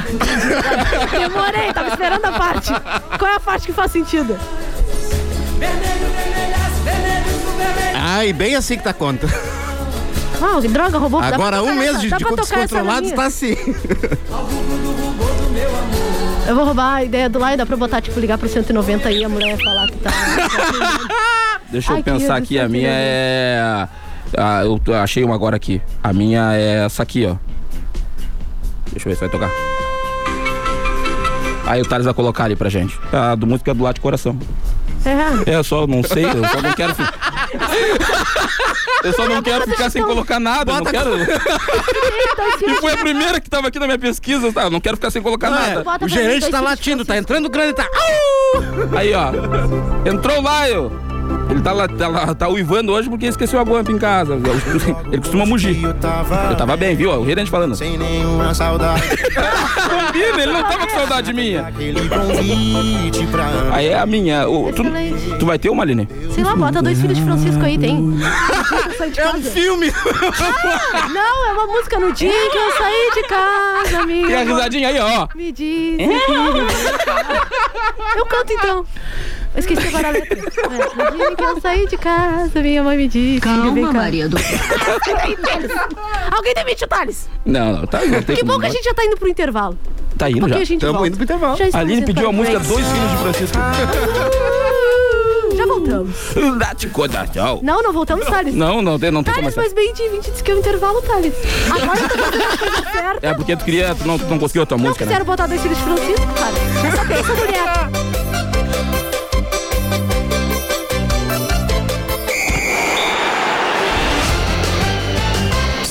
S6: Demorei, tava esperando a parte. Qual é a parte que faz sentido?
S9: Ai, bem assim que tá a conta.
S6: Ah, droga, roubou. dá pra
S9: Agora,
S6: tocar
S9: um mês
S6: essa-
S9: de,
S6: dá
S9: de
S6: pra tocar essa
S9: descontrolado
S6: na
S9: tá assim.
S6: minha? Eu vou roubar a ideia do lá e dá pra botar, tipo, ligar pro 190 aí a mulher ia falar que tá...
S5: Deixa eu
S6: Ai,
S5: pensar
S6: querido,
S5: aqui, a
S6: santo
S5: minha
S6: Deus.
S5: é. Ah, eu t- achei uma agora aqui. A minha é essa aqui, ó. Deixa eu ver se vai tocar. Aí o Thales vai colocar ali pra gente. A do música é do lado de coração.
S6: É.
S5: É, eu só não sei, eu só não quero. fi- Eu só não quero ficar sem colocar nada, eu não quero. *laughs* E foi a primeira que tava aqui na minha pesquisa, tá? Eu não quero ficar sem colocar
S7: é,
S5: nada.
S6: Bota pra
S9: o
S6: mim,
S9: gerente
S6: dois
S9: tá
S6: filhos
S9: latindo,
S6: de
S9: tá entrando grande e tá.
S5: Aí, ó. Entrou lá, eu. Ele tá, lá, tá, lá, tá uivando hoje porque esqueceu a guampa em casa. *laughs* Ele costuma mugir. Eu tava bem, viu? Ó, O gerente falando.
S10: Sem nenhuma
S5: *laughs*
S10: saudade,
S5: Combina, ele não tava com saudade minha.
S10: aquele convite pra
S5: Aí é a minha. O- tu, tu vai ter uma, Aline?
S6: Sei lá, bota dois filhos de Francisco aí, tem. É um filme! *laughs* não, é uma música no dia em que eu saí de casa, amigo.
S5: Tem a risadinha aí, ó.
S6: Me disse que Eu canto então. Eu esqueci agora a letra. É, no dia que eu saí de casa, minha mãe me disse. Calma, marido. Alguém demite o Thales.
S5: Não, não, tá. Não tem
S6: Que
S5: como
S6: bom que a gente já tá indo pro intervalo.
S5: Tá indo
S6: Porque
S5: já.
S6: a gente volta.
S9: indo pro intervalo.
S6: Já
S5: A
S6: estamos
S5: Aline
S6: indo
S5: pediu
S6: para o
S5: a música
S6: break.
S5: Dois Filhos de Francisco.
S6: Já voltamos.
S5: Dá-te coração.
S6: Não, não voltamos, Thales.
S5: Não, não tem, não tem como assim?
S6: Thales,
S5: essa.
S6: mas bem de 20 disse que é o intervalo, Thales. Agora eu tô fazendo a coisa certa.
S5: É porque tu queria, tu não, tu não conseguiu a tua
S6: Não
S5: música, né?
S6: quiseram botar dois filhos de Francisco, Thales. Essa pensa mulher.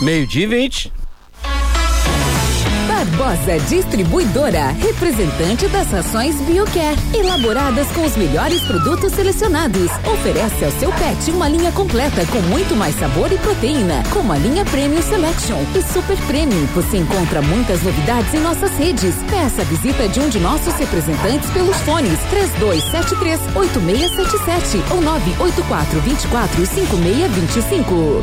S9: Meio-dia e 20.
S11: Barbosa Distribuidora, representante das rações BioCare, elaboradas com os melhores produtos selecionados. Oferece ao seu pet uma linha completa com muito mais sabor e proteína, como a linha Premium Selection e Super Premium. Você encontra muitas novidades em nossas redes. Peça a visita de um de nossos representantes pelos fones 3273 8677 ou 984 24 5625.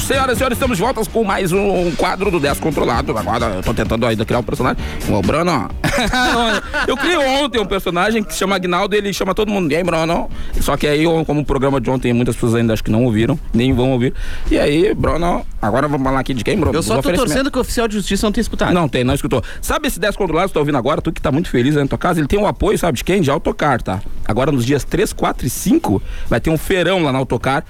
S5: Senhoras e senhores, estamos de volta com mais um, um quadro do Descontrolado. Agora eu tô tentando ainda criar um personagem. Ô, Bruno. *laughs* eu criei ontem um personagem que se chama Agnaldo ele chama todo mundo. E aí, Bruno? Só que aí, um, como o programa de ontem, muitas pessoas ainda acho que não ouviram, nem vão ouvir. E aí, Bruno, agora vamos falar aqui de quem, Bruno?
S7: Eu só
S5: Dos
S7: tô
S5: oferecimentos.
S7: torcendo que o oficial de justiça não tenha escutado.
S5: Não tem, não escutou. Sabe esse 10 controlado que tu tá ouvindo agora, tu que tá muito feliz aí na tua casa, ele tem o apoio, sabe, de quem? De Autocar, tá? Agora nos dias 3, 4 e 5 vai ter um feirão lá na Autocar.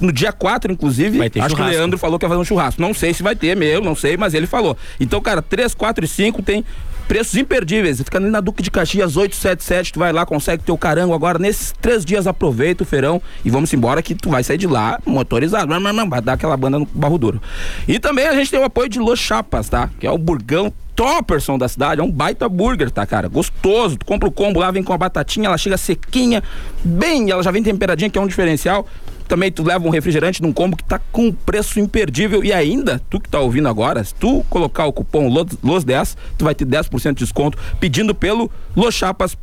S5: No dia 4, inclusive,
S7: Vai ter
S5: acho que o
S7: churrasco.
S5: Leandro falou que ia fazer um churrasco. Não sei se vai ter mesmo, não sei, mas ele falou. Então, cara, 3, 4 e 5 tem preços imperdíveis. Fica ali na Duque de Caxias 877, tu vai lá, consegue teu carango agora. Nesses três dias aproveita o feirão e vamos embora que tu vai sair de lá motorizado. Não, não, não, vai dar aquela banda no barro duro. E também a gente tem o apoio de Los Chapas, tá? Que é o burgão Topperson da cidade, é um baita burger, tá, cara? Gostoso. Tu compra o combo lá, vem com a batatinha, ela chega sequinha, bem, ela já vem temperadinha, que é um diferencial. Também tu leva um refrigerante num combo que tá com um preço imperdível. E ainda, tu que tá ouvindo agora, se tu colocar o cupom LOS- LOS10, tu vai ter 10% de desconto pedindo pelo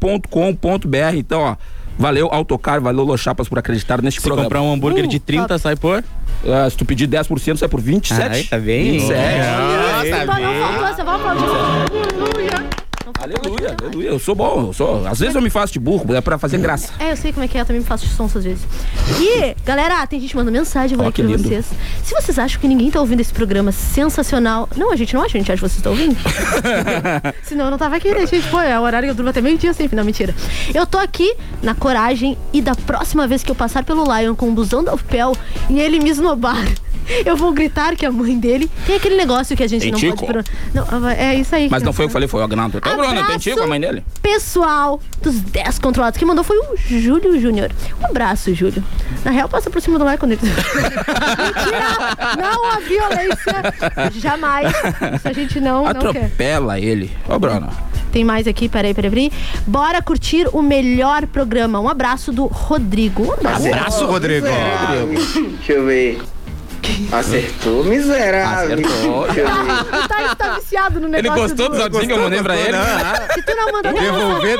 S5: lochapas.com.br. Então, ó, valeu Autocar, valeu Lochapas por acreditar neste
S7: Se
S5: programa. Ah,
S7: comprar um hambúrguer de 30, sai por?
S5: se tu pedir 10%, sai por 27.
S7: Ai, tá bem.
S5: 27.
S8: é.
S5: é
S6: Desculpa, não faltou, você vai aplaudir.
S5: Aleluia, aleluia. Eu sou bom, eu sou. Às vezes eu me faço de burro, é pra fazer graça.
S6: É, eu sei como é que é, eu também me faço de sonso às vezes. E, galera, tem gente mandando mensagem, eu vou
S5: Ó,
S6: ler aqui
S5: que
S6: pra
S5: lindo.
S6: vocês. Se vocês acham que ninguém tá ouvindo esse programa sensacional. Não, a gente não acha, a gente acha que vocês estão
S5: *laughs*
S6: ouvindo. Senão eu não tava aqui, né, gente? Pô, é o horário que eu durmo até meio-dia sempre, não, mentira. Eu tô aqui na coragem e da próxima vez que eu passar pelo Lion com o busão da UPEL e ele me esnobar. *laughs* Eu vou gritar que é a mãe dele tem aquele negócio que a gente
S5: Tem
S6: não
S5: tico?
S6: pode. pro- Não, é isso aí.
S5: Mas
S6: que
S5: não foi eu que falei, foi o Agnaldo. Então, Bruno, tem tio com a mãe dele?
S6: pessoal dos 10 controlados. Quem mandou foi o Júlio Júnior. Um abraço, Júlio. Na real, passa por cima do like quando ele. *laughs* Mentira! Não a violência! Jamais! Isso a gente não, não quer.
S5: Atropela ele. Ô, Bruno.
S6: Tem mais aqui, peraí, peraí, peraí. Bora curtir o melhor programa. Um abraço do Rodrigo. Um abraço.
S12: Abraço, Rodrigo. Deixa eu ver. Acertou, miserável.
S5: Acertou.
S12: Deixa eu ver.
S6: O Thales tá viciado no negócio. do...
S5: que eu mandei pra ele?
S6: Se tu não mandou
S5: Devolver.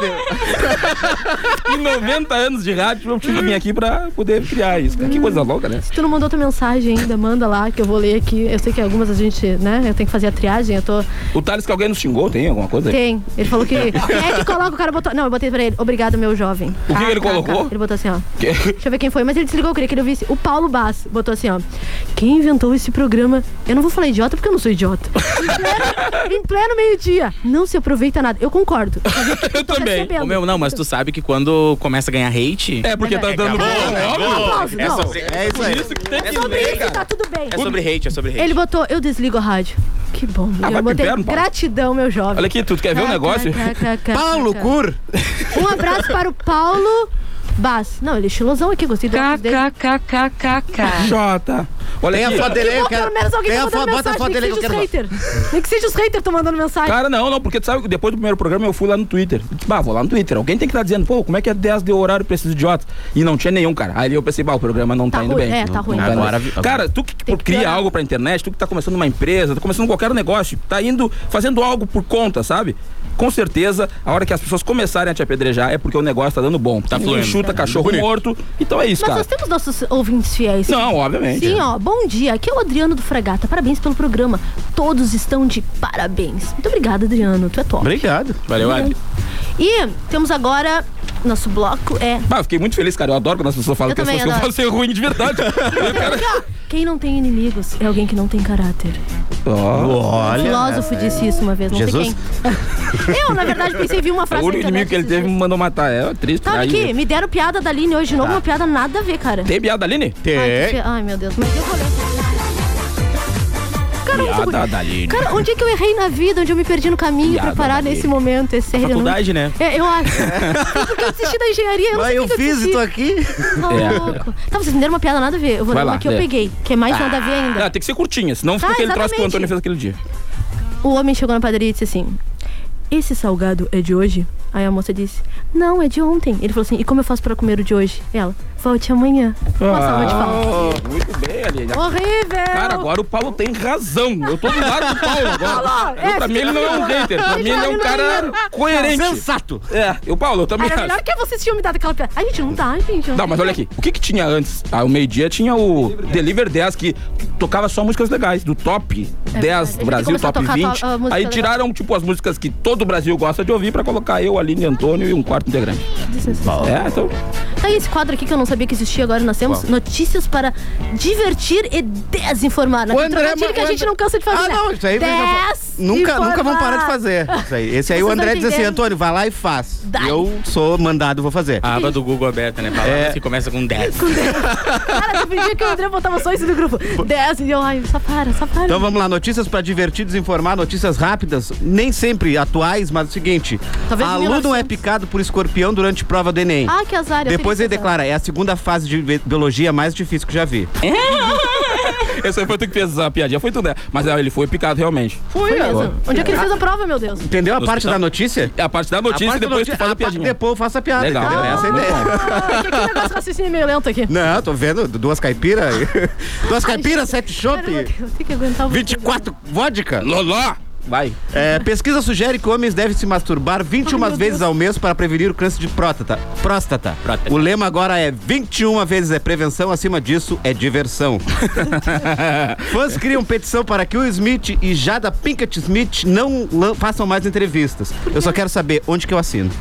S5: em 90 anos de rádio, eu tive que vir aqui pra poder criar isso. Que coisa louca, né?
S6: Se tu não mandou tua mensagem ainda, manda lá que eu vou ler aqui. Eu sei que algumas a gente, né? Eu tenho que fazer a triagem, eu tô.
S5: O Thales que alguém nos xingou, tem alguma coisa? aí?
S6: Tem. Ele falou que.
S5: *laughs*
S6: Quem é que coloca o cara botou. Não, eu botei pra ele. Obrigado, meu jovem.
S5: O que que ele colocou?
S6: Ele botou assim, ó.
S5: Que-
S6: Deixa eu ver quem foi, mas ele desligou, eu queria que ele ouvisse. O Paulo Bass botou assim, ó. Quem inventou esse programa? Eu não vou falar idiota porque eu não sou idiota. Em pleno, em pleno meio-dia. Não se aproveita nada. Eu concordo.
S5: *laughs*
S6: Eu também.
S8: Ô, meu, não, mas tu sabe que quando começa a ganhar hate.
S5: É, porque tá dando bom,
S6: óbvio.
S8: É
S6: Não.
S8: sobre, é
S6: isso aí.
S8: isso que tem
S6: É
S8: que
S6: sobre
S8: ver,
S6: isso,
S8: cara.
S6: tá tudo bem.
S8: É sobre hate, é sobre hate.
S6: Ele botou, eu desligo a rádio. Que bom.
S5: Ah,
S6: eu
S5: vai pro
S6: botei
S5: inferno, Paulo.
S6: gratidão, meu jovem.
S5: Olha aqui, tu quer ver um
S6: Cá, cá,
S5: negócio?
S6: cá, cá, cá,
S5: Paulo
S6: cá.
S5: Cur.
S6: Um abraço para o Paulo Bass. Não, ele é estilosão aqui, gostei do óculos dele.
S5: Jota. Olha
S9: Tem a
S5: aqui.
S9: foto dele aí, eu
S6: Pô, pelo
S9: quero.
S6: menos alguém
S9: Tem
S6: tá
S9: a
S6: mandando
S9: foto, bota a
S6: mensagem,
S9: foto dele aí
S6: nem
S9: que eu
S6: que
S9: quero.
S6: seja os haters. Nem que seja os haters, tô mandando mensagem.
S5: Cara, não, não, porque tu sabe que depois do primeiro programa eu fui lá no Twitter. Eu Disse, bah, vou lá no Twitter. Alguém tem que estar dizendo, pô, como é que é 10 deu horário pra esses idiotas? E não tinha nenhum, cara. Aí eu pensei, bah, o programa não tá,
S6: Tá
S5: indo
S6: ruim,
S5: bem.
S6: é, tá
S5: Não-
S6: ruim.
S5: não
S7: Agora
S5: indo.
S7: vi-
S5: Cara, tu que, tipo, cria algo pra internet, tu que tá começando uma empresa, tá começando qualquer negócio, tá indo, fazendo algo por conta, sabe? Com certeza, a hora que as pessoas começarem a te apedrejar é porque o negócio tá dando bom. Tá
S7: fluindo.
S5: Chuta cachorro
S7: Bonito.
S5: morto. Então é isso,
S6: Mas
S5: cara.
S6: nós temos nossos ouvintes fiéis.
S5: Não, obviamente.
S6: Sim, ó. Bom dia. Aqui é o Adriano do Fragata. Parabéns pelo programa. Todos estão de parabéns. Muito obrigada, Adriano. Tu é top.
S7: Obrigado. Valeu, Adri.
S6: E temos agora. Nosso bloco é.
S5: Bah, eu fiquei muito feliz, cara. Eu adoro quando as pessoas falam
S6: Eu
S5: que as
S6: também
S5: coisas que eu
S6: adoro.
S5: faço é ruim de verdade.
S6: *laughs*
S5: Eu, cara,
S6: Quem não tem inimigos é alguém que não tem caráter.
S5: Olha.
S6: um filósofo disse isso uma vez, não
S5: Jesus.
S6: sei quem. Eu, na verdade, pensei em vir uma frase
S5: É o
S6: na
S5: único inimigo
S6: internet.
S5: que ele teve me mandou matar. É triste.
S6: né, Tá,
S5: aí-
S6: aqui, me deram piada da Aline hoje de
S9: Tá.
S6: novo, uma piada nada a ver, cara.
S5: Tem piada, né? Aline?
S9: É.
S6: Ai, que fe- Ai, meu Deus. Mas eu vou ler. Cara, eu não sou
S5: Piada
S6: bonita.
S5: da
S7: né?
S5: Aline.
S6: Cara, onde é que eu errei na vida? Onde eu me perdi no caminho
S5: Piada
S6: pra parar
S5: da
S6: nesse
S5: Aline.
S6: momento? É sério. eu não-
S5: faculdade, né?
S6: É, eu acho. Foi Porque eu desisti da engenharia. Eu não sei
S9: Mas eu
S6: o que
S9: fiz e tô aqui.
S6: Tá
S5: É.
S6: louco. Tá, vocês me deram uma piada nada a ver. Eu vou
S5: Vai
S6: ler uma
S5: lá,
S6: que eu
S5: lê.
S6: peguei, que é mais nada a ver ainda.
S5: Ah, tem que ser curtinha, senão fica
S6: Tá,
S5: aquele troço que o
S6: exatamente.
S5: Antônio fez aquele dia.
S6: O homem chegou na padaria e disse assim: Esse salgado é de hoje? Aí a moça disse: Não, é de ontem. Ele falou assim: E como eu faço pra comer o de hoje? Ela: Volte amanhã. Uma salva de palmas.
S5: Ah, Muito bem, Aline.
S6: Horrível!
S5: Cara, agora o Paulo tem razão. Eu tô do lado do Paulo agora.
S6: Olha lá,
S5: Eu, pra
S6: esse
S5: mim ele não é um
S6: cara.
S5: hater. Pra
S6: Ele
S5: mim ele é um
S6: tá
S5: cara
S6: ignorando.
S5: coerente.
S7: Sensato.
S5: É, e o Paulo, eu também
S6: Era
S5: acho.
S6: melhor que vocês tinham me dado aquela piada. A gente não tá, gente.
S5: Não, mas olha aqui. O que que tinha antes? Ah, o meio-dia tinha o Deliver 10, que tocava só músicas legais, do top
S6: É
S5: 10
S6: verdade.
S5: do Brasil,
S6: Começou a
S5: top
S6: tocar
S5: 20.
S6: a- a música
S5: Aí
S6: legal.
S5: tiraram, tipo, as músicas que todo o Brasil gosta de ouvir pra colocar eu, Aline, Antônio e um quarto integrante.
S7: Oh.
S5: É, então...
S6: Tá aí esse quadro aqui que eu não sabia que existia, agora nós temos
S5: Qual?
S6: notícias para divertir e desinformar. Naquele trocadilho que a gente não cansa de fazer.
S7: né, Ah, não, isso aí
S6: né?
S7: nunca, nunca vão parar de
S6: Desinformar.
S7: fazer. Isso aí. Esse aí
S6: Vocês
S7: o André
S6: não
S7: diz assim,
S6: entenderam.
S7: Antônio, vai lá e faz.
S6: Dá.
S7: Eu sou mandado, vou fazer.
S5: Ah.
S8: A aba do Google aberta, né? Palavras que começa com 10.
S6: Cara, eu pedi que o André botava só isso no grupo. 10 e eu, ai, só para, só para.
S7: Então vamos lá, notícias para divertir, desinformar, notícias rápidas, nem sempre atuais, mas o seguinte:
S6: Talvez
S7: aluno
S6: 1900.
S7: é picado por escorpião durante prova do Enem.
S6: Ah, que azar. eu
S7: Depois
S6: teria
S7: ele
S6: que fazer.
S7: declara, é a segunda fase de bi- biologia mais difícil que já vi.
S5: Essa aí foi tu que fez essa piadinha, foi tu, né? Mas ah, ele foi picado, realmente.
S6: Foi mesmo. Onde é que ele fez a prova, meu Deus?
S7: Entendeu a
S5: No
S7: parte
S5: hospital?
S7: da notícia?
S5: É A parte da notícia,
S7: A parte da
S5: depois
S7: notícia-
S5: tu faz a
S7: a parte-
S5: piadinha.
S7: Depois eu faço a piada,
S5: Legal,
S7: entendeu?
S5: legal.
S7: Essa é a
S5: Muito
S7: ideia.
S6: Ah, que que negócio de raciocínio meio lento aqui.
S7: Não, tô vendo duas caipiras.
S6: *laughs*
S7: duas caipiras, sete chopp,
S6: Meu Deus, tem que aguentar o
S7: 24 vodka.
S5: Loló! Vai.
S7: É, pesquisa sugere que homens devem se masturbar 21
S6: Ai, meu
S7: vezes
S6: Deus.
S7: ao mês para prevenir o câncer de próstata. próstata. O lema agora é 21 vezes é prevenção, acima disso
S6: *laughs*
S7: é diversão. Fãs criam petição para que o Smith e Jada Pinkett Smith não lan- façam mais entrevistas. Eu só quero saber onde que eu assino.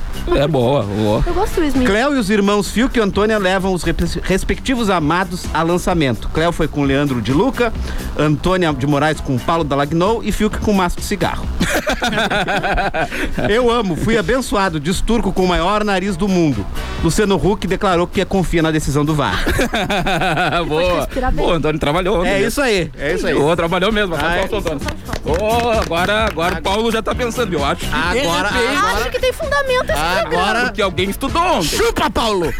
S5: É boa, boa.
S6: Eu gosto do Smith.
S7: Cléo e os irmãos Fiuk e Antônia levam os repes- respectivos amados a lançamento. Cléo foi com Leandro de Luca, Antônia de Moraes com Paulo Dalagnou e Fiuk com maço de cigarro. Eu amo, fui abençoado, diz Turco com o maior nariz do mundo. Luciano Huck declarou que confia na decisão do VAR.
S5: Ah, boa.
S6: respirar bem.
S5: Pô, Antônio trabalhou.
S7: É isso aí, é isso aí. Ah, é
S5: Ô, trabalhou mesmo.
S7: Ai.
S5: Ai, Antônio. Ô, agora, agora o Paulo já tá pensando, eu acho. que, de
S7: Agora-
S5: repente,
S6: Ah, Acho que tem fundamento esse programa.
S7: Agora,
S5: porque alguém estudou ontem.
S7: chupa, Paulo!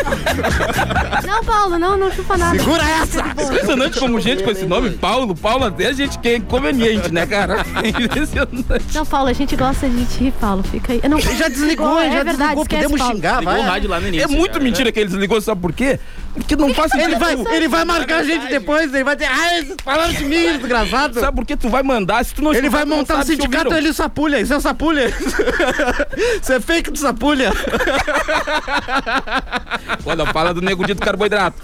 S6: Não, Paulo, não, não chupa nada.
S7: Segura essa!
S5: Impressionante como gente com
S7: é
S5: esse nome, Paulo, Paulo, até gente que é inconveniente, né, cara?
S7: *laughs*
S5: Impressionante.
S6: Não, Paulo, a gente gosta de ti, Paulo. Fica aí. Eu Não,
S7: Já desligou,
S6: é
S7: já
S6: verdade,
S7: desligou,
S6: esquece,
S7: podemos
S6: Paulo.
S7: xingar,
S8: Ligou o
S7: vai.
S8: um rádio lá no início.
S5: É muito
S8: cara.
S5: mentira que ele desligou, sabe por quê? Porque não faz sentido.
S7: né? Ele vai,
S6: é
S7: ele vai marcar a gente depois, ele vai dizer, ah, eles *laughs* falaram de mim, desgraçado.
S5: Sabe por que tu vai mandar se tu não
S7: Ele vai
S5: escutar, tu não
S7: montar um
S5: sabe se
S7: sindicato,
S5: ouviram.
S7: ele sapulha. Isso é *laughs* sapulha. Isso é fake do sapulha.
S5: Olha, fala do nego dito
S7: *laughs*
S5: carboidrato.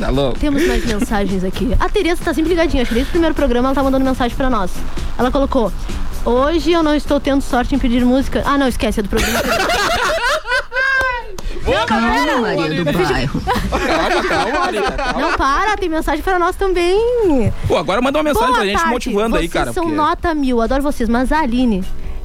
S5: Tá louco.
S6: Temos mais mensagens aqui. A Tereza tá sempre ligadinha. Acho que desde o primeiro programa ela tá mandando mensagem pra nós. Ela colocou: Hoje eu não estou tendo sorte em pedir música. Ah, não, esquece, é do programa.
S7: *laughs*
S13: Calma, Maria do Bairro.
S5: Calma,
S7: *laughs*
S5: calma, Marina.
S6: não, para, tem mensagem pra nós também.
S5: Pô, agora manda uma mensagem
S6: Boa
S5: pra gente
S6: tarde.
S5: motivando aí,
S6: vocês
S5: cara.
S6: são
S5: porque-
S6: nota mil, adoro vocês, mas a Aline.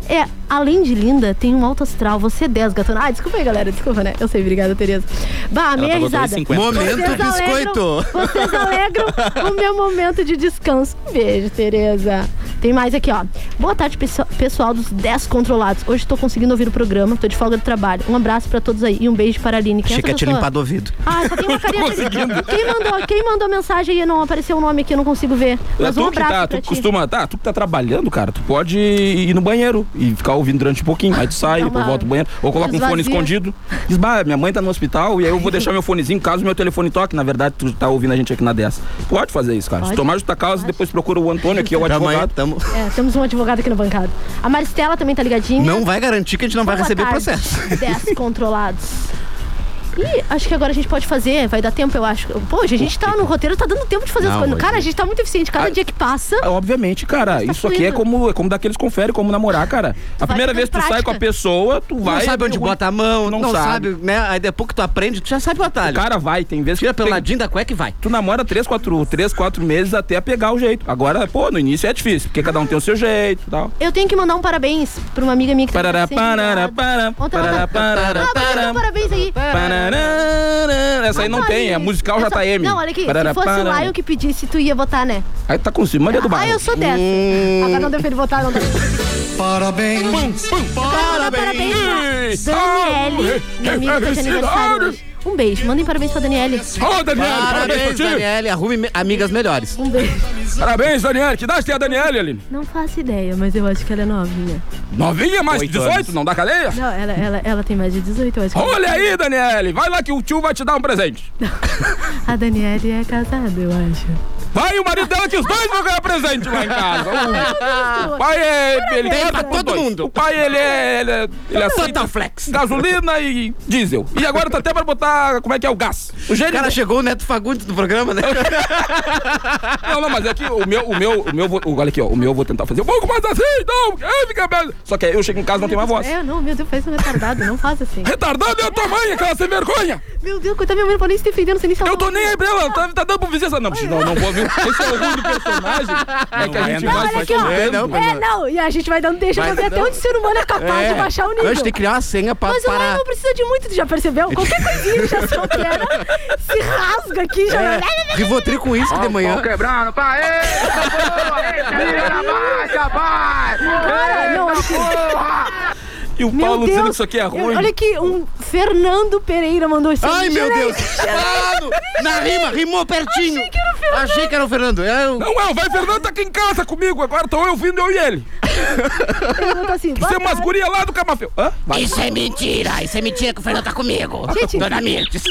S6: É, além de linda, tem um alto astral. Você é 10, gatona. Ah, desculpa aí, galera. Desculpa, né? Eu sei, obrigada, Tereza. Bah,
S5: tá
S6: a minha
S8: pagou
S6: risada.
S8: 2,50.
S7: Momento biscoito.
S6: Alegram, vocês alegram o meu momento de descanso. Um Beijo, Tereza. Tem mais aqui, ó. Boa tarde, pesso- pessoal dos Descontrolados. Hoje tô conseguindo ouvir o programa, tô de folga do trabalho. Um abraço pra todos aí e um beijo para a Aline. Quem é
S7: Achei que
S6: essa
S7: ia te
S6: pessoa?
S7: limpar do ouvido.
S6: Ah, só
S5: *laughs*
S6: tem uma carinha feliz. Quem mandou, quem mandou mensagem e não apareceu o nome aqui, eu não consigo ver.
S5: É
S6: Mas um
S5: tu que
S6: abraço
S5: tá,
S6: pra
S5: tu
S6: ti.
S5: costuma, tá, tu que tá trabalhando, cara, tu pode ir no banheiro e ficar ouvindo durante um
S6: *laughs*
S5: pouquinho, aí tu sai,
S6: Dá
S5: depois
S6: uma-
S5: volta pro banheiro, ou coloca um fone
S6: Esvazia.
S5: escondido, diz, bah, minha mãe tá no hospital e aí eu vou deixar meu fonezinho, caso meu telefone toque, na verdade tu tá ouvindo a gente aqui na 10. Pode fazer isso, cara, se
S6: Pode.
S5: tomar justa causa,
S6: Pode.
S5: depois procura o Antônio aqui, é o
S7: Tamo aí,
S5: advogado.
S7: tamo.
S6: É, temos um advogado aqui na bancada. A Maristela também tá ligadinha.
S7: Não vai garantir que a gente não vai receber processo.
S5: *laughs*
S6: Descontrolados. E acho que agora a gente pode fazer, vai dar tempo, eu acho. Poxa, a gente tá no roteiro, tá dando tempo de fazer as
S7: Não,
S6: coisas.
S7: hoje
S6: Cara, a gente tá muito eficiente. Cada dia que passa,
S5: Ah, Obviamente, cara,
S6: tá
S5: isso aqui é
S6: fluindo.
S5: como, é como daqueles confere, como namorar, cara. A
S6: vai
S5: primeira
S6: ficando
S5: vez que tu sai
S6: prática.
S5: com a pessoa, tu vai. um
S7: Não sabe onde bota a mão, não,
S5: Não
S7: sabe. né? Aí depois que tu aprende, tu já sabe o
S5: O
S7: atalho.
S5: cara vai, tem vezes
S7: Tira
S5: tem-
S7: pelo ladinho da cueca e vai.
S5: Tu namora 3, 4, três, quatro meses até pegar o jeito. Agora, pô, no início é difícil, porque cada um tem o seu jeito e tal.
S6: eu tenho que mandar um parabéns pra uma amiga minha que tá
S5: Parará,
S6: sempre
S5: parará,
S6: ligada.
S5: parará,
S6: Ontem ela
S5: parará, parará,
S6: Ah, mas
S5: parará,
S6: um parabéns aí.
S5: parará. Essa aí não
S6: Olha
S5: tem, é musical
S6: Essa-
S5: JM.
S6: Não, olha aqui,
S5: Parará,
S6: se fosse o
S5: parará.
S6: Lion que pedisse, tu ia votar, né?
S5: Aí tá com cima, Maria do
S6: Ah,
S5: Bairro.
S6: eu sou dessa. Agora não deu pra ele votar, não deu. Parabéns. Parabéns. Parabéns pra Daniele, minha amiga que fez tá aniversário hoje. Um beijo. Mandem parabéns pra Daniele.
S5: Ô, Daniele, parabéns pra
S7: Parabéns,
S5: ti.
S7: Daniele. Arrume me- amigas melhores.
S6: Um beijo.
S5: Parabéns, Daniele. Que idade tem a Daniele, Aline?
S6: Não faço ideia, mas eu acho que ela é novinha.
S5: Novinha, mais de
S6: Oito
S5: 18? Não dá cadeia?
S6: Não, ela, ela, ela tem mais de 18, eu acho. que ela-
S5: Olha aí, Daniele. Vai lá que o tio vai te dar um presente.
S6: A Daniele é casada, eu acho.
S5: Vai o marido dela que os dois vão ganhar presente lá em casa. O pai é... Ele
S6: Tem
S5: é
S6: pra
S5: todo mundo. O pai, ele é... Ele é, ele é
S7: Botaflex.
S5: Gasolina e diesel. E agora tá até pra botar... Como é que é o gás? O,
S7: cara chegou o Neto Fagundes no programa, né?
S5: Não, não, mas é que o meu, o meu, o meu, vou- olha aqui, ó, o meu eu vou tentar fazer um pouco mais assim, não, é, fica bem. Só que aí eu chego em casa e não tenho mais voz.
S6: É, não, meu Deus, faz um retardado, não faz
S5: *laughs*
S6: assim.
S5: Retardado é a tua mãe, aquela sem vergonha!
S6: Meu Deus, coitada, minha mãe não pode nem se defender, não sei nem se ela
S5: Eu tô nem aí pra ela, tá, tá dando pro vizinho essa. Não, não, não vou, viu? Esse é o ruim do personagem. É que a gente
S6: Não,
S5: vai
S6: olha aqui, ó.
S5: fazendo.
S6: é, não, e a gente vai dando, um deixa
S7: Vai
S6: eu ver até
S7: dando.
S6: onde o ser humano é capaz de baixar o nível.
S7: Antes tem que criar uma senha pra
S6: Mas o
S7: parar.
S6: Lion não precisa de muito, tu já percebeu? Qualquer coisinha que já solteira se rasga aqui, já.
S7: É, Rivotril com uísque
S6: Ah,
S7: de manhã.
S10: quebrando, pai! Eita, vai!
S6: Cara, não, olha
S10: porra!
S5: E o
S6: Meu
S5: Paulo dizendo que
S6: Deus,
S5: isso aqui é
S6: eu-
S5: ruim.
S6: Olha aqui, um Fernando Pereira mandou isso.
S7: Ai, meu Deus.
S6: *laughs*
S7: Na rima, rimou pertinho.
S6: Achei que era o Fernando.
S7: Achei que era o Fernando. É o-
S5: Não, é, o vai Fernando tá aqui em casa comigo agora, tô eu ouvindo eu e ele.
S6: Ele mandou assim, boa
S5: Você é umas
S6: tarde.
S5: guria lá do Camafeu. Hã? Vai.
S7: Isso é mentira. Isso é mentira que o Fernando tá comigo.
S6: Gente.
S7: Dona Mirtes.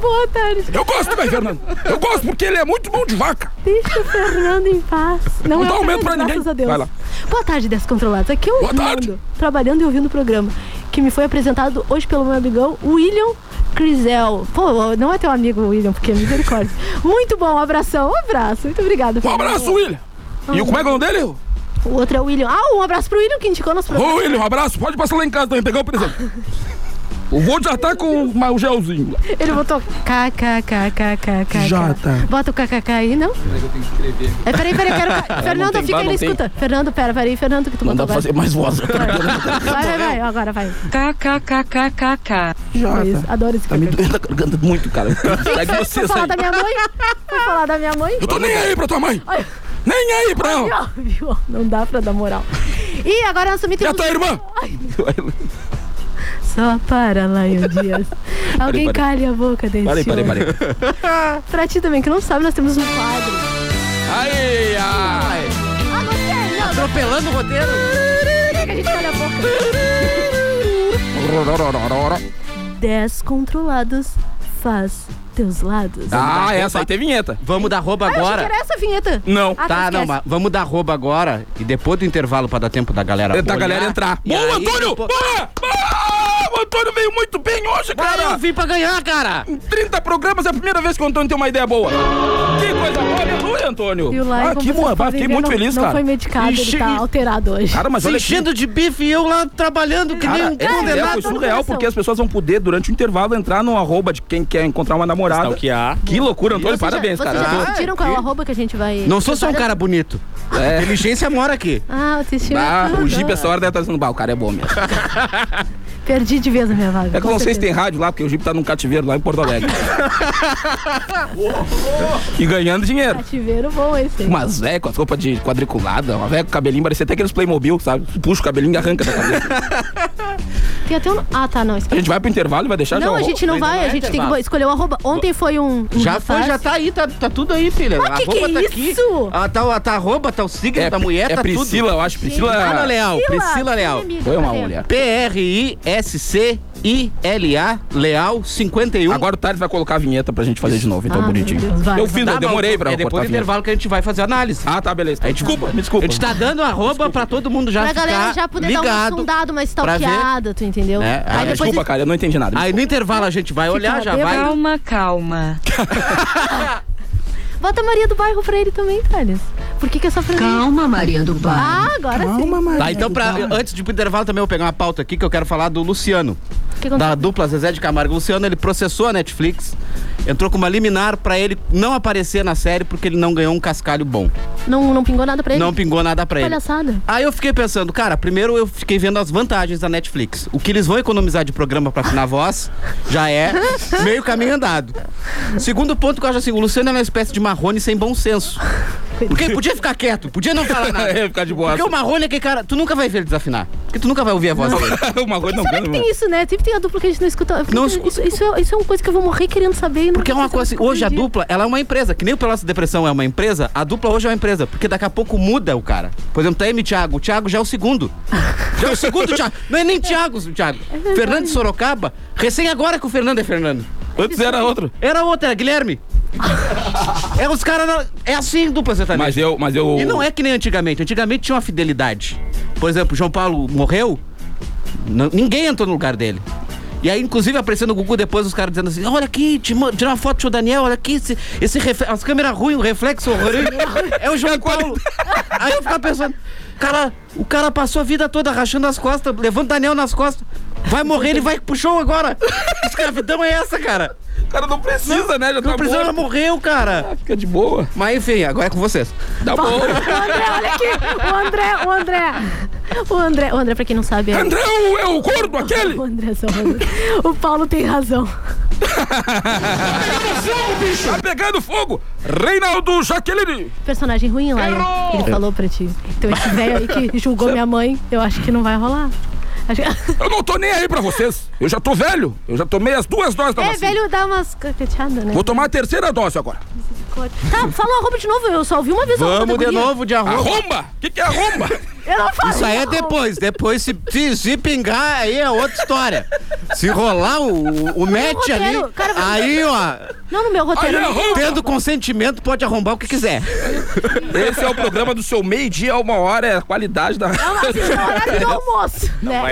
S6: Boa tarde.
S5: Eu gosto, vai, Fernando. Eu gosto porque ele é muito bom de vaca.
S6: Deixa o Fernando em paz. Não,
S5: Não
S6: é
S5: dá
S6: o
S5: aumento
S6: Fernando,
S5: pra ninguém.
S6: Graças a Deus.
S5: Vai lá.
S6: Boa tarde, Descontrolados. Aqui é o
S5: Boa
S6: Nando,
S5: tarde.
S6: trabalhando e ouvindo o programa, que me foi apresentado hoje pelo meu amigão William Crisel. Pô, não é teu amigo, William, porque é misericórdia. Muito bom, um abração, um abraço. Muito obrigada.
S5: Um abraço, William. E o- como é que é o nome dele?
S6: O outro é o William. Ah, um abraço pro William que indicou nosso
S5: Ô,
S6: programa.
S5: William, um abraço. Pode passar lá em casa também, pegar o presente. O voo já tá com uma- um gelzinho. lá.
S6: Ele botou kkkkk.
S5: Jota.
S6: Bota o kkk aí, não? É, peraí, peraí,
S5: *laughs*
S6: quero. Fernando,
S5: tem
S6: fica
S5: bar,
S6: aí na
S5: não tem.
S6: escuta. Fernando, pera, peraí, Fernando, que tu
S5: Não
S6: botou
S5: dá pra fazer mais voz. é
S6: agora. Vai, vai,
S5: *laughs*
S6: vai, agora vai.
S4: KKKKKK.
S6: Isso, adoro esse
S5: Tá me doendo a garganta muito, cara. Segue
S6: Vou
S5: vocês
S6: falar
S5: aí.
S6: da minha mãe? Vou falar da minha mãe?
S5: Eu tô nem aí pra tua mãe.
S6: Ai,
S5: *laughs* Nem aí pra ela.
S6: ó, viu? Não dá pra dar moral. E agora nós também
S5: E a
S6: temos.
S5: tua irmã?
S6: Só para, Lion Dias. Alguém
S5: Parei, parei.
S6: calha a boca desse
S5: Parei, parei,
S6: homem.
S5: parei.
S6: Pra ti também, que não sabe, nós temos um quadro.
S5: Aí, ai.
S6: Ah, gostei, não.
S7: Atropelando o roteiro.
S6: Que a gente tá calha a boca. Descontrolados faz teus lados.
S5: Ah, essa aí tem vinheta.
S7: Vamos dar
S6: Ah,
S7: rouba
S6: eu achei que
S7: agora.
S6: era essa a vinheta.
S5: Não.
S6: Ah,
S7: Tá, não,
S6: esquece.
S7: mas vamos dar rouba agora e depois do intervalo pra dar tempo da galera
S5: Da
S7: olhar.
S5: galera entrar.
S7: E
S5: Boa,
S7: aí,
S5: Antônio!
S7: pô-
S5: Boa! Boa! O Antônio veio muito bem hoje,
S7: Cara, eu
S5: cara.
S7: vim pra ganhar, cara!
S5: Em 30 programas é a primeira vez que o Antônio tem uma ideia boa. Que coisa boa, aleluia, Antônio.
S6: E o Lion,
S5: ah,
S6: como
S5: que
S6: vocês
S5: boa, bah,
S6: podem
S5: fiquei
S6: ver,
S5: muito
S6: não-
S5: feliz,
S6: Não
S5: cara.
S6: foi medicado, ele
S7: Ixi,
S6: tá alterado hoje.
S5: Cara, mas
S7: Se
S5: olha aqui.
S7: enchendo de bife e eu lá trabalhando que
S5: Cara, é
S7: nem um
S5: essa ideia
S7: condenado.
S5: foi
S6: tá no
S5: surreal,
S6: coração.
S5: porque as pessoas vão poder, durante o intervalo, entrar no arroba de quem quer encontrar uma namorada.
S8: Stalkear.
S5: Que loucura, Antônio,
S6: Vocês já-
S5: parabéns,
S6: vocês
S5: cara.
S6: já
S5: Tô-
S6: decidiram qual é o arroba que a gente vai.
S7: Não sou só um cara bonito.
S5: É.
S7: Inteligência mora aqui.
S6: Ah, autoestima.
S5: Ah,
S6: é
S5: o
S6: tudo.
S5: Jeep essa hora deve estar dizendo, bah, o cara é bom mesmo.
S6: Perdi de vez a minha vaga.
S5: É que eu
S6: com
S5: não sei se tem
S6: certeza.
S5: rádio lá, porque o Jeep tá num cativeiro lá em
S7: *laughs*
S5: Porto Alegre. e ganhando dinheiro.
S6: Cativeiro Tá bom esse. aí.
S5: Uma véia com as roupas de quadriculada, uma véia com o cabelinho, parecia até aqueles Playmobil, sabe? Puxa o cabelinho e arranca da cabeça.
S6: Tem até um. Ah, tá, não.
S5: A
S6: esquece.
S5: gente vai pro intervalo e vai deixar já
S6: Não,
S5: o
S6: a gente não vai, a gente tem que bo- escolher o arroba. Ontem foi um. um
S7: Já foi,
S6: rapaz.
S7: já tá aí, tá, tá tudo aí, filha.
S6: Mas
S7: a
S6: que
S7: roupa
S6: que
S7: tá
S6: é
S7: aqui.
S6: isso?
S7: Ah, tá, ah, tá a roupa, tá o signo
S5: É,
S7: da mulher,
S5: é
S7: tá Ah,
S5: Priscila, eu acho. Priscila.
S7: tudo. Priscila Leal,
S6: Priscila,
S7: Priscila Leal.
S6: minha amiga,
S5: Foi uma
S6: tá vendo?
S5: mulher.
S7: P-R-I-S-C-I-L-A, Leal 51.
S5: Agora o Thales vai colocar a vinheta pra gente fazer de novo, então
S6: Ah,
S5: bonitinho.
S6: meu Deus, vai.
S5: eu fiz,
S7: Tá,
S5: eu demorei
S7: mas
S5: pra
S7: É
S5: cortar a
S7: depois do
S5: vinheta.
S7: intervalo que a gente vai fazer análise.
S5: Ah, tá, beleza. Tá, desculpa, me
S7: A
S5: desculpa.
S7: gente tá dando arroba pra todo mundo já
S6: Pra galera
S7: ficar
S6: já poder dar um uma
S7: ligado.
S6: sondada, uma
S7: pra ver.
S6: stalkeada, tu entendeu?
S7: É,
S5: Ah,
S7: aí
S5: desculpa,
S6: eles-
S5: cara, eu não entendi nada.
S7: Aí no intervalo a gente vai olhar, já vai.
S4: Calma, calma.
S6: Bota a Maria do Bairro pra ele também, Thales. Por que que é só pra mim?
S11: Calma, Maria do Bar.
S6: Ah, agora sim.
S7: Tá, então
S5: *laughs*
S7: pra, antes de ir pro intervalo também eu vou pegar uma pauta aqui que eu quero falar do Luciano.
S6: O que
S7: Da
S6: aconteceu?
S7: dupla Zezé de Camargo. O Luciano, ele processou a Netflix, entrou com uma liminar pra ele não aparecer na série porque ele não ganhou um cascalho bom.
S6: Não, não pingou nada pra ele?
S7: Não pingou nada pra ele.
S6: Palhaçada.
S7: Aí eu fiquei pensando, cara, primeiro eu fiquei vendo as vantagens da Netflix. O que eles vão economizar de programa pra afinar a voz já é meio caminho andado. Segundo ponto que eu acho assim, o Luciano é uma espécie de marrone sem bom senso. Porque podia ficar quieto, podia não falar nada.
S5: *laughs* É, ficar de boa.
S7: Porque o Marrone é aquele cara. Tu nunca vai ver ele desafinar. Porque tu nunca vai ouvir a voz dele.
S5: o Marrone
S6: Será que tem isso, né? Sempre tem a dupla que a gente não escuta. Eu fico-
S7: Não escuta.
S6: Isso, isso é, isso é uma coisa que eu vou morrer querendo saber.
S7: Porque é uma coisa assim, hoje a dupla, ela é uma empresa. Que nem o Pelotas Depressão é uma empresa, a dupla hoje é uma empresa. Porque daqui a pouco muda o cara. Por exemplo, tá aí o Thiago. O Thiago já é o segundo. já é o segundo Thiago. Não é nem Thiago, o Thiago. Fernando de Sorocaba, recém agora que o Fernando é Fernando.
S5: Antes era outro.
S7: Era outro, era Guilherme. é os caras. não- É assim dupla sertaneja.
S5: Mas eu- mas eu-
S7: E não é que nem antigamente. Antigamente tinha uma fidelidade. Por exemplo, João Paulo morreu, n- ninguém entrou no lugar dele. E aí, inclusive, aparecendo o Gugu depois, os caras dizendo assim: olha aqui, te mo- tira uma foto do seu Daniel, olha aqui, esse, esse refe- as câmeras ruins, o reflexo horroroso. é o João Paulo. Aí eu ficava pensando: cara, o cara passou a vida toda rachando as costas, levando o Daniel nas costas. Vai morrer, ele vai pro show agora. Escravidão é essa, cara.
S5: O cara não precisa, né? Já Ah,
S7: não precisa, ela morreu, cara.
S5: fica de boa.
S7: Mas enfim, agora é com vocês.
S5: Tá
S6: *laughs* O André, olha aqui. O André, o André. O André, o André, pra quem não sabe. É...
S5: André, é o gordo, aquele?
S6: O André, é só o- O Paulo tem razão.
S5: Tá pegando fogo! Reinaldo Jaqueline!
S6: Personagem ruim, Lion. Ele falou pra ti. Então esse velho aí *laughs* que julgou minha mãe, eu acho que não vai rolar. Acho que- *laughs*
S5: Eu não tô nem aí pra vocês. Eu já tô velho. Eu já tomei as duas doses da
S6: É,
S5: vacina.
S6: velho dá umas cateteadas, né?
S5: Vou tomar a terceira dose agora.
S6: Tá, fala o arroba de novo, eu só ouvi uma vez o arroba da guria.
S5: Arromba! O que, que é
S6: *laughs*
S5: arromba?
S6: Eu não falei.
S7: Isso aí é
S6: arroba.
S7: depois. Depois, se, se, se pingar, aí é outra história. Se rolar o, o, o match
S6: roteiro,
S7: ali,
S6: cara, vai-
S7: aí, ó.
S6: Não, no meu roteiro. não.
S7: Tendo consentimento, pode arrombar o que quiser.
S5: Esse é o programa do seu meio-dia a uma hora, é a qualidade da.
S6: Não, mas assim, no horário do almoço, né?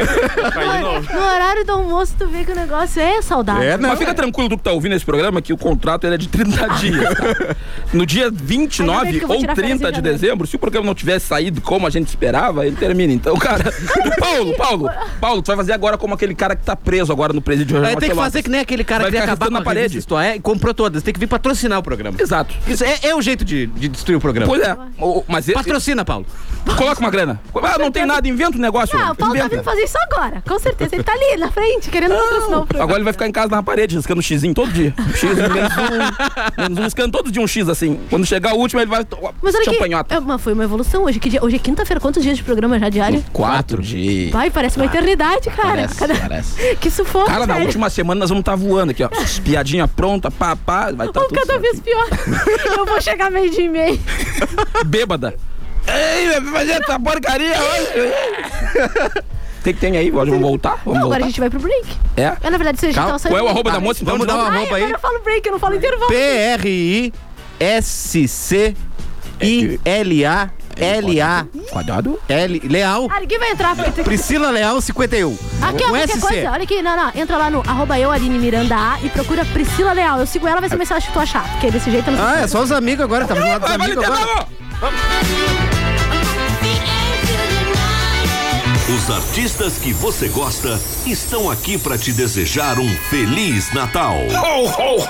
S6: No horário do almoço, tu vê que o negócio é saudável.
S5: É, não, mas fica tranquilo do que tá ouvindo esse programa que o contrato ele é de
S6: *laughs*
S5: 30 dias. cara. No dia
S6: Ainda bem
S5: 29
S6: que eu vou
S5: ou
S6: tirar férias
S5: 30
S6: em
S5: de
S6: janeiro.
S5: dezembro, se o programa não tivesse saído como a gente esperava, ele termina. Então, cara, tu, Paulo, Paulo, Paulo, tu vai fazer agora como aquele cara que tá preso agora no presídio
S7: Aí tem que fazer que nem aquele cara
S5: Vai
S7: que ia
S5: ficar
S7: acabar
S5: arrastando
S7: com
S5: na parede.
S7: Isto é, e comprou todas. Tem que vir patrocinar o programa.
S5: Exato.
S7: Isso é, é o jeito de, de destruir o programa.
S5: Pois é, o- o- mas e-
S7: Patrocina, Paulo.
S5: Coloca uma grana. Ah, não tem nada, inventa um negócio.
S6: Ah, o Paulo tá
S5: inventa.
S6: vindo fazer isso agora, com certeza. Ele tá ali na frente, querendo patrocinar o programa.
S5: Agora ele vai ficar em casa na parede, riscando um xizinho todo dia. Um X, menos um, *laughs* menos um, riscando todo dia um X, assim. Quando chegar o último, ele vai...
S6: Mas olha que.
S5: champanhota.
S6: É, mas foi uma evolução. Hoje, que dia, hoje é quinta-feira, quantos dias de programa já diário?
S5: Quatro dias.
S6: Vai, parece uma eternidade, cara.
S5: Parece,
S6: Cada-
S5: parece.
S6: *laughs* Que sufoco.
S5: Cara, na
S6: sério.
S5: última semana nós vamos estar voando aqui, ó. Piadinha pronta, pá, pá, vai estar
S6: Ou
S5: tá tudo
S6: cada vez pior. Eu vou chegar meio dia e meio.
S5: bêbada. Ei, vai fazer essa porcaria
S6: *laughs*
S5: hoje. O que, que tem aí? Vamos voltar? Vamos
S6: Não,
S5: voltar.
S6: agora a gente vai pro break.
S5: É?
S6: É, na verdade, se a gente
S5: Calma.
S6: tava saindo.
S5: Qual é o arroba da moça, então?
S7: Vamos dar um
S6: Ai,
S7: arroba aí.
S6: Agora eu falo break, eu não falo intervalo.
S7: P-R-I-S-C-I-L-A-L-A.
S5: É? Quadrado?
S7: L. Leal.
S6: Ah, ninguém vai entrar, porque tem que-
S7: Priscila Leal 51.
S6: Aqui, ó,
S7: Com
S6: qualquer
S7: SC.
S6: coisa, olha aqui, não, não, entra lá no arroba eu, Aline Miranda A e procura Priscila Leal. Eu sigo ela, vai saber se eu acho que tu achar, porque desse jeito eu não
S7: Ah, é só os amigos agora, tá do lado dos
S5: Vai, vai,
S7: amigos agora.
S5: Literal!
S1: Os artistas que você gosta estão aqui para te desejar um feliz Natal.
S14: Ho, ho, ho!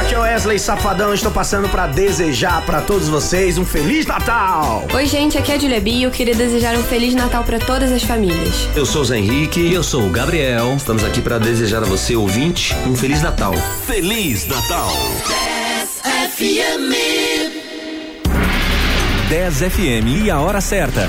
S14: Aqui é o Wesley Safadão, estou passando para desejar para todos vocês um Feliz Natal!
S15: Oi, gente, aqui é a Julia Bio. Queria desejar um Feliz Natal para todas as famílias.
S16: Eu sou o Zé Henrique. E eu sou o Gabriel. Estamos aqui para desejar a você, ouvinte, um Feliz Natal.
S1: Feliz Natal.
S17: 10 FM e a hora certa.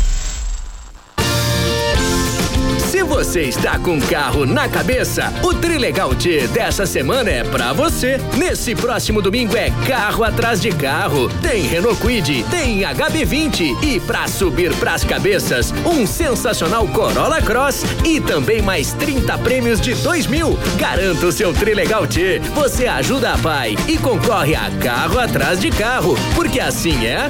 S18: Você está com o carro na cabeça? O Trilegal T dessa semana é pra você. Nesse próximo domingo é carro atrás de carro. Tem Renault Quid, tem HB20 e pra subir pras cabeças, um sensacional Corolla Cross e também mais 30 prêmios de 2 mil. Garanta o seu Trilegal T. Você ajuda a pai e concorre a carro atrás de carro, porque assim é.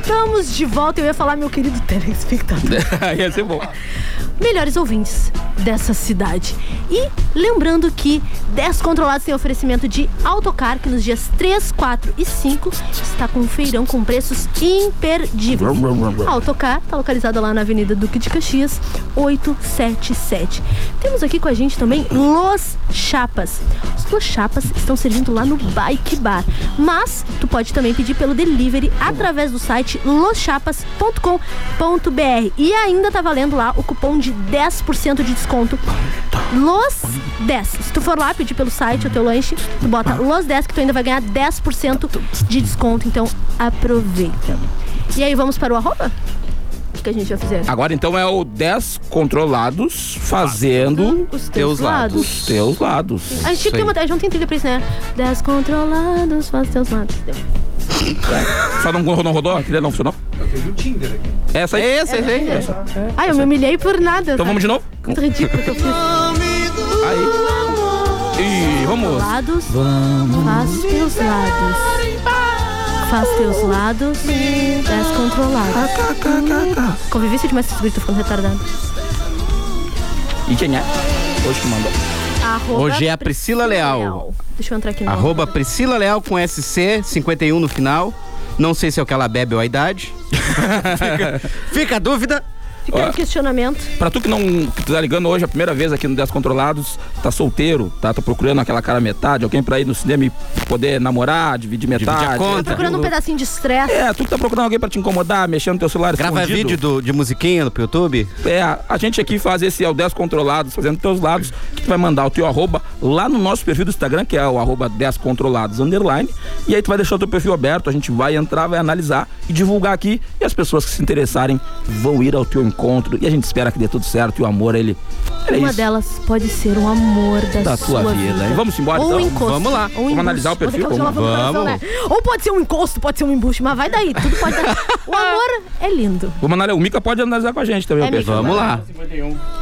S6: Estamos de volta, eu ia falar, meu querido
S5: *laughs*
S6: telespectador.
S5: É, Ia ser bom.
S6: Melhores ouvintes dessa cidade. E lembrando que 10 Controlados tem oferecimento de autocar que nos dias 3, 4 e 5 está com um feirão com preços imperdíveis. Autocar está localizada lá na Avenida Duque de Caxias, 877. Temos aqui com a gente também Los Chapas. Os Los Chapas estão servindo lá no Bike Bar. Mas tu pode também pedir pelo delivery através do site loschapas.com.br. E ainda tá valendo lá o cupom de 10% de desconto. Los10. Se tu for lá pedir pelo site o teu lanche, tu bota Los10 que tu ainda vai ganhar 10% de desconto. Então aproveita. E aí, vamos para o arroba? O que, que a gente vai fazer?
S5: Agora então é o 10 controlados fazendo
S6: os teus lados.
S5: Os teus lados.
S6: A gente tinha que ter uma. A gente não tem trilha pra isso, né? Descontrolados, faz teus lados. Deu.
S5: Só não, não rodou? A trilha não funcionou?
S19: Eu tenho o Tinder aqui.
S5: Essa
S6: É
S5: aí? Essa, essa aí. Essa.
S6: Ai, eu me humilhei por nada.
S5: Então
S6: sabe?
S5: vamos de novo?
S6: Muito ridículo que eu fiz.
S5: Ih, vamos.
S6: Lados. Faz teus lados. Faz teus lados. Descontrolado. Convivência demais com esse grito, tô ficando retardado.
S5: E quem é? Hoje que mandou.
S6: Arroba
S9: Hoje é a Priscila Leal.
S6: Deixa eu entrar aqui no.
S9: Arroba Priscila Leal com SC, 51 no final. Não sei se é o que ela bebe ou a idade. *laughs* fica, fica a dúvida.
S6: Fica no questionamento.
S5: Pra tu que não que tu tá ligando hoje, a primeira vez aqui no Descontrolados, tá solteiro, tá? Tô procurando aquela cara metade, alguém pra ir no cinema e poder namorar, dividir metade.
S9: a conta.
S6: Tô procurando um pedacinho de estresse.
S5: É, tu que tá procurando alguém pra te incomodar, mexendo no teu celular
S9: Grava
S5: escondido.
S9: vídeo do- de musiquinha no YouTube.
S5: É, a gente aqui faz esse ao 10 controlados, fazendo teus lados, que tu vai mandar o teu arroba lá no nosso perfil do Instagram, que é o arroba 10 controlados underline, e aí tu vai deixar o teu perfil aberto, a gente vai entrar, vai analisar e divulgar aqui, e as pessoas que se interessarem vão ir ao teu encontro, e a gente espera que dê tudo certo, e o amor, ele, ele é
S6: Uma
S5: isso,
S6: delas pode ser um amor da,
S5: da tua vida. E vamos embora,
S6: Ou um
S5: então,
S6: encosto.
S5: vamos lá,
S6: Ou um
S5: vamos
S6: embuste.
S5: analisar o
S6: Vou ter
S5: perfil,
S6: que usar uma comparação, né? Ou pode ser um encosto, pode ser um embuste, mas vai daí, tudo pode dar.
S5: *laughs*
S6: O amor é lindo.
S5: Vamos analisar, o Mica pode analisar com a gente também,
S6: É,
S5: o perfil.
S6: Mica,
S5: vamos lá.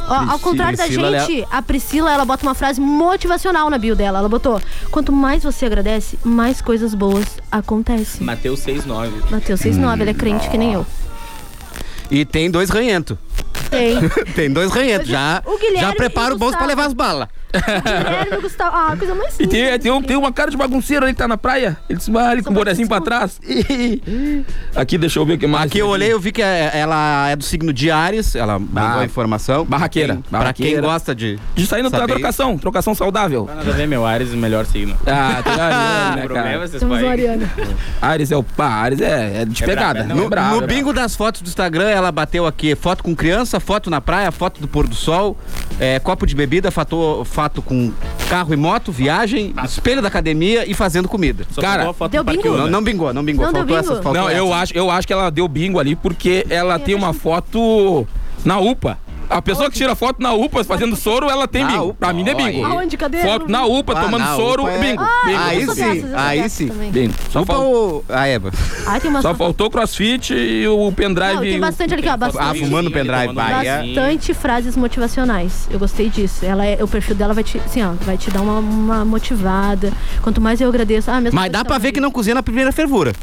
S6: Ó, ao contrário da
S5: Priscila é
S6: gente, a Priscila, ela bota uma frase motivacional na bio dela. Ela botou: Quanto mais você agradece, mais coisas boas acontecem.
S8: Mateus 69.
S6: Mateus 6,9, ele é crente que
S5: Hum.
S6: nem eu.
S9: E tem dois ranhentos.
S6: Tem.
S9: *laughs* tem dois ranhentos. Já,
S6: O Guilherme
S9: já prepara
S6: e
S9: o bolso pra
S6: Gustavo.
S9: levar as balas.
S6: Guilherme Gustavo, ah, coisa mais
S5: E
S6: linda.
S5: tem, tem, um- tem uma cara de bagunceiro ali que tá na praia. Ele disse, ah, ele com o bonezinho pra trás.
S6: *laughs*
S5: Aqui, deixa eu ver o que mais.
S9: Aqui eu olhei, eu vi que é- ela é do signo de Ares, ela mandou a informação.
S5: Barraqueira.
S9: Quem- Pra quem
S5: barraqueira.
S9: gosta de.
S5: De sair no
S9: saber Ah.
S5: trocação, trocação saudável.
S8: Nada a ver, meu. Ares é o melhor signo.
S5: Ah,
S9: *laughs*
S5: tem Ariano, né,
S8: Problema,
S5: cara?
S8: vocês
S6: um
S8: podem.
S5: Ares é o pá, Ares é, é de pegada.
S9: No, no bingo das fotos do Instagram, ela bateu aqui foto com criança, foto na praia, foto do pôr do sol, é, copo de bebida, fato, fato com carro e moto, viagem, espelho da academia e fazendo comida.
S8: Só faltou a foto Deu do
S6: bingo? parquinho,
S9: Não,
S6: né?
S9: não bingou, não bingou.
S6: Não deu
S9: faltou
S6: bingo?
S9: essas faltou
S5: Não, eu
S9: essas.
S5: acho, eu acho que ela deu bingo ali porque ela tem uma foto na UPA. A pessoa que tira foto na UPA fazendo soro, ela tem bingo. Pra mim é bingo.
S6: Aonde? Cadê?
S5: Foto na UPA,
S9: Ah,
S5: tomando
S9: na
S5: soro,
S9: UPA é-
S5: bingo.
S9: Ah,
S5: bingo.
S9: aí sim, aí sim.
S5: Bingo. Só
S9: Upa
S5: faltou.
S9: ou a
S6: *laughs*
S9: Eva?
S6: Ai, tem umas
S5: Só um faltou o crossfit e o pendrive.
S6: Não, tem bastante ali, ó, bastante.
S9: Ah, fumando o pendrive, vai. é.
S6: Bastante frases motivacionais. Eu gostei disso. Ela é, o perfil dela vai te, assim, ó, vai te dar uma, uma motivada. Quanto mais eu agradeço. Ah, mesmo
S9: Mas dá pra ver que não cozinha na primeira fervura.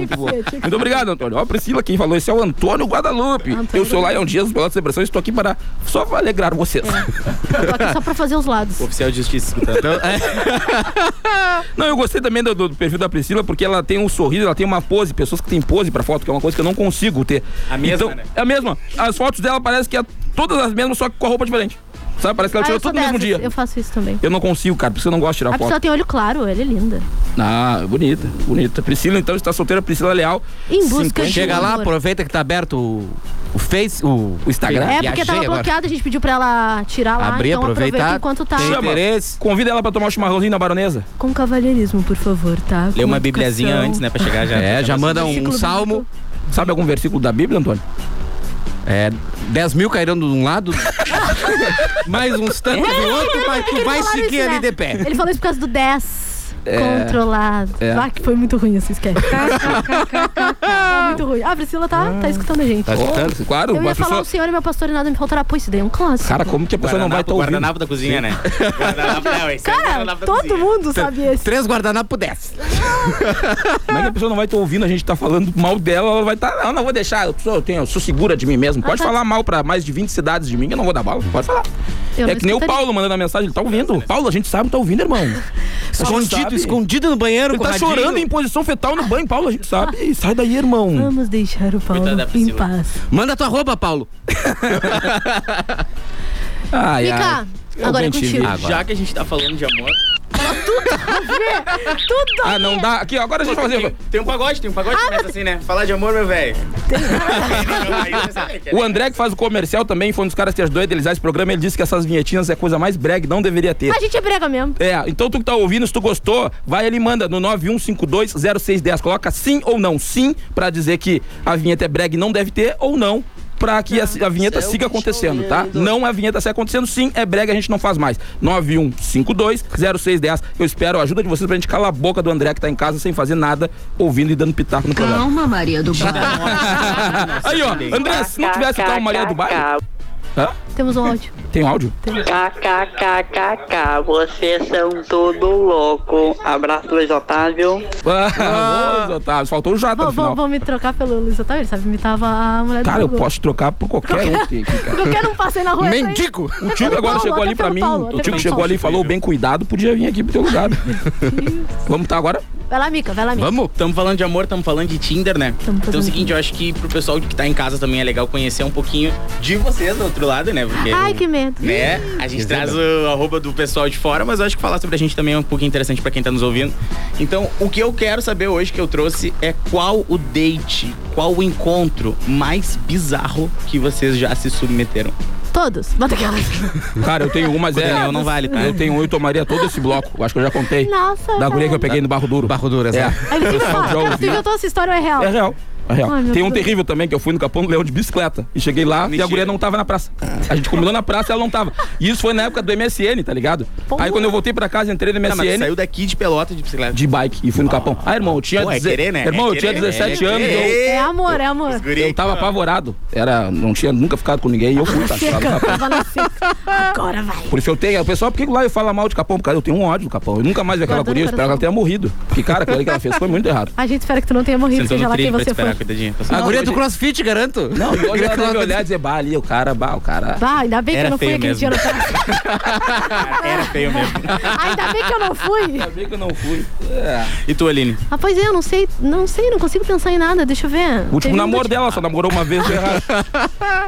S6: Tipo,
S5: Muito obrigado, Antônio. Ó, a Priscila, quem falou isso é o Antônio Guadalupe. eu sou é um Lion Dias, do Pelotas Depressão, e estou aqui para só pra alegrar vocês.
S6: É. Tô aqui só pra fazer os lados.
S5: Oficial de Justiça escutando. *laughs* não, eu gostei também do, do perfil da Priscila, porque ela tem um sorriso, ela tem uma pose, pessoas que têm pose pra foto, que é uma coisa que eu não consigo ter. A
S8: mesma,
S5: então,
S8: né?
S5: É a mesma. As fotos dela parecem que é todas as mesmas, só que com a roupa diferente. Sabe? Parece que ela
S6: Ah,
S5: tirou
S6: eu sou
S5: tudo no mesmo
S6: dessas,
S5: dia.
S6: Eu faço isso também.
S5: Eu não consigo, cara, porque eu não gosto de tirar
S6: A
S5: foto.
S6: pessoa tem olho claro, ela é linda.
S5: Ah, bonita, bonita. Priscila, então, está solteira, Priscila Leal.
S6: Em busca de
S7: Chega lá,
S6: amor.
S7: aproveita que tá aberto o, o Face, o,
S5: Instagram.
S6: É porque tava bloqueada, a gente pediu pra ela tirar lá. então aproveita enquanto tá.
S5: Chama, Convida ela pra tomar um chimarrãozinho na baronesa.
S6: Com cavalheirismo, por favor, tá?
S5: Lê
S6: Com
S5: uma bibliazinha
S6: educação.
S5: antes, né, pra chegar já.
S7: É, já manda um
S6: Versículo
S7: salmo.
S5: Sabe algum versículo da Bíblia, Antônio?
S7: É, 10 mil cairão de um lado, mais uns
S9: É,
S7: tantos do outro, mas tu
S6: Ele
S7: vai
S6: falava
S7: seguir
S6: isso,
S7: ali
S6: né?
S7: de pé.
S6: Ele falou isso por causa do 10.
S7: É.
S6: Controlado.
S7: É.
S6: Ah, que foi muito ruim, vocês querem.
S5: Tá,
S6: Foi muito ruim. Ah, a Priscila tá, tá escutando a gente.
S5: Tá escutando? Claro,
S6: Eu ia
S5: a
S6: falar
S5: pessoa-
S6: o senhor e meu pastor e nada me faltará. Pô, isso daí é um clássico.
S5: Cara, como que a pessoa não
S8: tá
S5: vai estar ouvindo?
S8: Guardanapo da cozinha, né? Guardanapo, não, esse aí é
S6: Cara,
S8: guardanapo da
S6: todo mundo sabe esse.
S7: Três guardanapos dez.
S5: Como é que a pessoa não vai estar ouvindo? A gente tá falando mal dela, ela vai estar. não, não vou deixar, eu sou, eu tenho, eu sou segura de mim mesmo. Pode falar mal pra mais de 20 cidades de mim, que eu não vou dar bala. Pode falar.
S6: Eu
S5: é
S6: não
S5: que nem o
S6: escutaria.
S5: Paulo mandando a mensagem, ele tá ouvindo. Paulo, a gente sabe, tá ouvindo, irmão.
S7: Escondido, escondido no banheiro,
S5: Ele tá
S7: corradinho.
S5: chorando em posição fetal no banho, Paulo, a gente sabe. Sai daí, irmão.
S6: Ah. Vamos deixar o Paulo
S5: Coitada da
S6: em
S5: Priscila.
S6: paz.
S7: Manda tua roupa, Paulo.
S5: Ai,
S6: Fica. Agora é contigo.
S5: Ah.
S8: Já que a gente tá falando de amor.
S6: Tudo
S5: Ah, não dá. Aqui, ó, agora a gente vai fazer.
S8: Tem um pagode, tem um
S6: Ah,
S8: pagode que começa assim, né? Falar de amor, meu velho. *laughs* né?
S5: O André que faz o comercial também foi um dos caras que ajudou a idealizar esse programa. Ele disse que essas vinhetinhas é a coisa mais brega, não deveria ter.
S6: A gente é brega mesmo.
S5: É, então tu que tá ouvindo, se tu gostou, vai ali e manda no 91520610. Coloca sim ou não. Sim pra dizer que a vinheta é brega e não deve ter, ou não. Pra que a, a vinheta siga acontecendo, tá? Não a vinheta sai acontecendo, sim, é brega, a gente não faz mais. 91520610. Eu espero a ajuda de vocês pra gente calar a boca do André que tá em casa sem fazer nada, ouvindo e dando pitaco no programa.
S11: Calma, Maria do Bar.
S5: Aí, ó, André, se não tivesse tal Maria do Bairro. Hã?
S6: Temos um
S5: *laughs*
S6: áudio.
S5: Tem áudio?
S2: KKKKK, vocês são tudo louco. Abraço, Luiz Otávio.
S5: Ah, *laughs* Ô, Otávio, faltou o Jota no
S6: Vamos,
S5: final.
S6: vamos, me trocar pelo Luiz Otávio, ele sabe imitar a mulher do
S5: Cara, eu
S6: Google. *laughs*
S5: posso trocar por qualquer um. que- que-
S6: Porque eu quero um passeio na rua. entra aí.
S5: O
S6: Até pelo
S5: Tico agora
S6: Paulo,
S5: chegou
S6: até
S5: ali pra
S6: pelo
S5: mim.
S6: Paulo,
S5: O
S6: até
S5: Tico
S6: pelo
S5: chegou
S6: Paulo.
S5: ali e falou: bem cuidado, podia vir aqui pro
S6: *laughs*
S5: teu lugar. Vamos tá agora?
S6: Vai lá, Mica, vai lá, Mica.
S5: Vamos?
S8: Estamos Uh, falando de amor, estamos falando de Tinder, né?
S6: Tamo
S8: Então é o
S6: fazendo
S8: seguinte, eu acho que pro pessoal que tá em casa também é legal conhecer um pouquinho de vocês do outro lado, né? Porque,
S6: Ai, que medo.
S8: Né? A gente traz o- a roupa do pessoal de fora, mas eu acho que falar sobre a gente também é um pouquinho interessante pra quem tá nos ouvindo. Então, o que eu quero saber hoje que eu trouxe é qual o date, qual o encontro mais bizarro que vocês já se submeteram.
S6: Todos. Bota aquela.
S5: Cara, eu tenho um, mas
S8: O
S5: é.
S8: Daniel não vale, tá?
S5: Eu tenho um, eu tomaria todo esse bloco. Eu acho que eu já contei.
S6: Nossa,
S5: Da guria que eu
S6: velho.
S5: peguei no Barro Duro. Barro Duro, exato.
S6: Aí ele fica,
S5: já
S6: cara, tu
S5: ouvi.
S6: inventou essa história ou é real?
S5: É real. É real.
S6: Ai, meu
S5: Tem um
S6: Deus.
S5: terrível também que eu fui no Capão do Leão de bicicleta. E cheguei lá e a guria não tava na praça. A gente combinou na praça e ela não tava. E isso foi na época do MSN, tá ligado? Aí quando eu voltei pra casa, entrei
S8: Tá,
S5: no MSN.
S8: mas tu saiu daqui de pelota de bicicleta.
S5: De bike e fui no Capão. Ah, irmão, eu tinha.
S8: Pô, é
S5: deze-
S8: querer, né?
S5: Irmão,
S8: É
S5: eu tinha
S8: querer, né?
S5: 17
S8: É
S5: anos. eu-
S8: querer.
S6: É amor, é amor.
S5: Eu tava apavorado. Era, não tinha nunca ficado com ninguém e eu
S6: *laughs*
S5: fui, tá?
S6: Seca, tava na seca. assim. Agora vai.
S5: Por isso eu tenho. O pessoal, por que lá eu falo mal de Capão? Cara, eu tenho um ódio do Capão. Eu nunca mais vi aquela
S6: Guardou no
S5: guria, eu espero que ela tenha morrido. Porque, cara, aquilo ali que ela fez foi muito errado.
S6: A gente espera que tu não tenha morrido, seja lá quem você for.
S8: coitadinha. assim,
S5: A guria do
S7: crossfit, garanto.
S5: Não,
S9: *laughs*
S5: e hoje ela deve olhar e dizer, bah, ali, o cara, bah, o cara.
S6: é né? Bah, ainda bem que eu não fui aquele dia no prazo.
S8: "Ah, Era
S6: *laughs*
S8: feio mesmo.
S6: Ainda bem que eu não fui. Ainda
S5: bem que eu não fui.
S8: E tu, Aline?
S6: Ah, pois é, eu não sei, não sei, não consigo pensar em nada, deixa eu ver.
S5: O último
S6: Teve um
S5: namoro dela, só namorou uma vez
S6: *laughs*
S5: deu errado.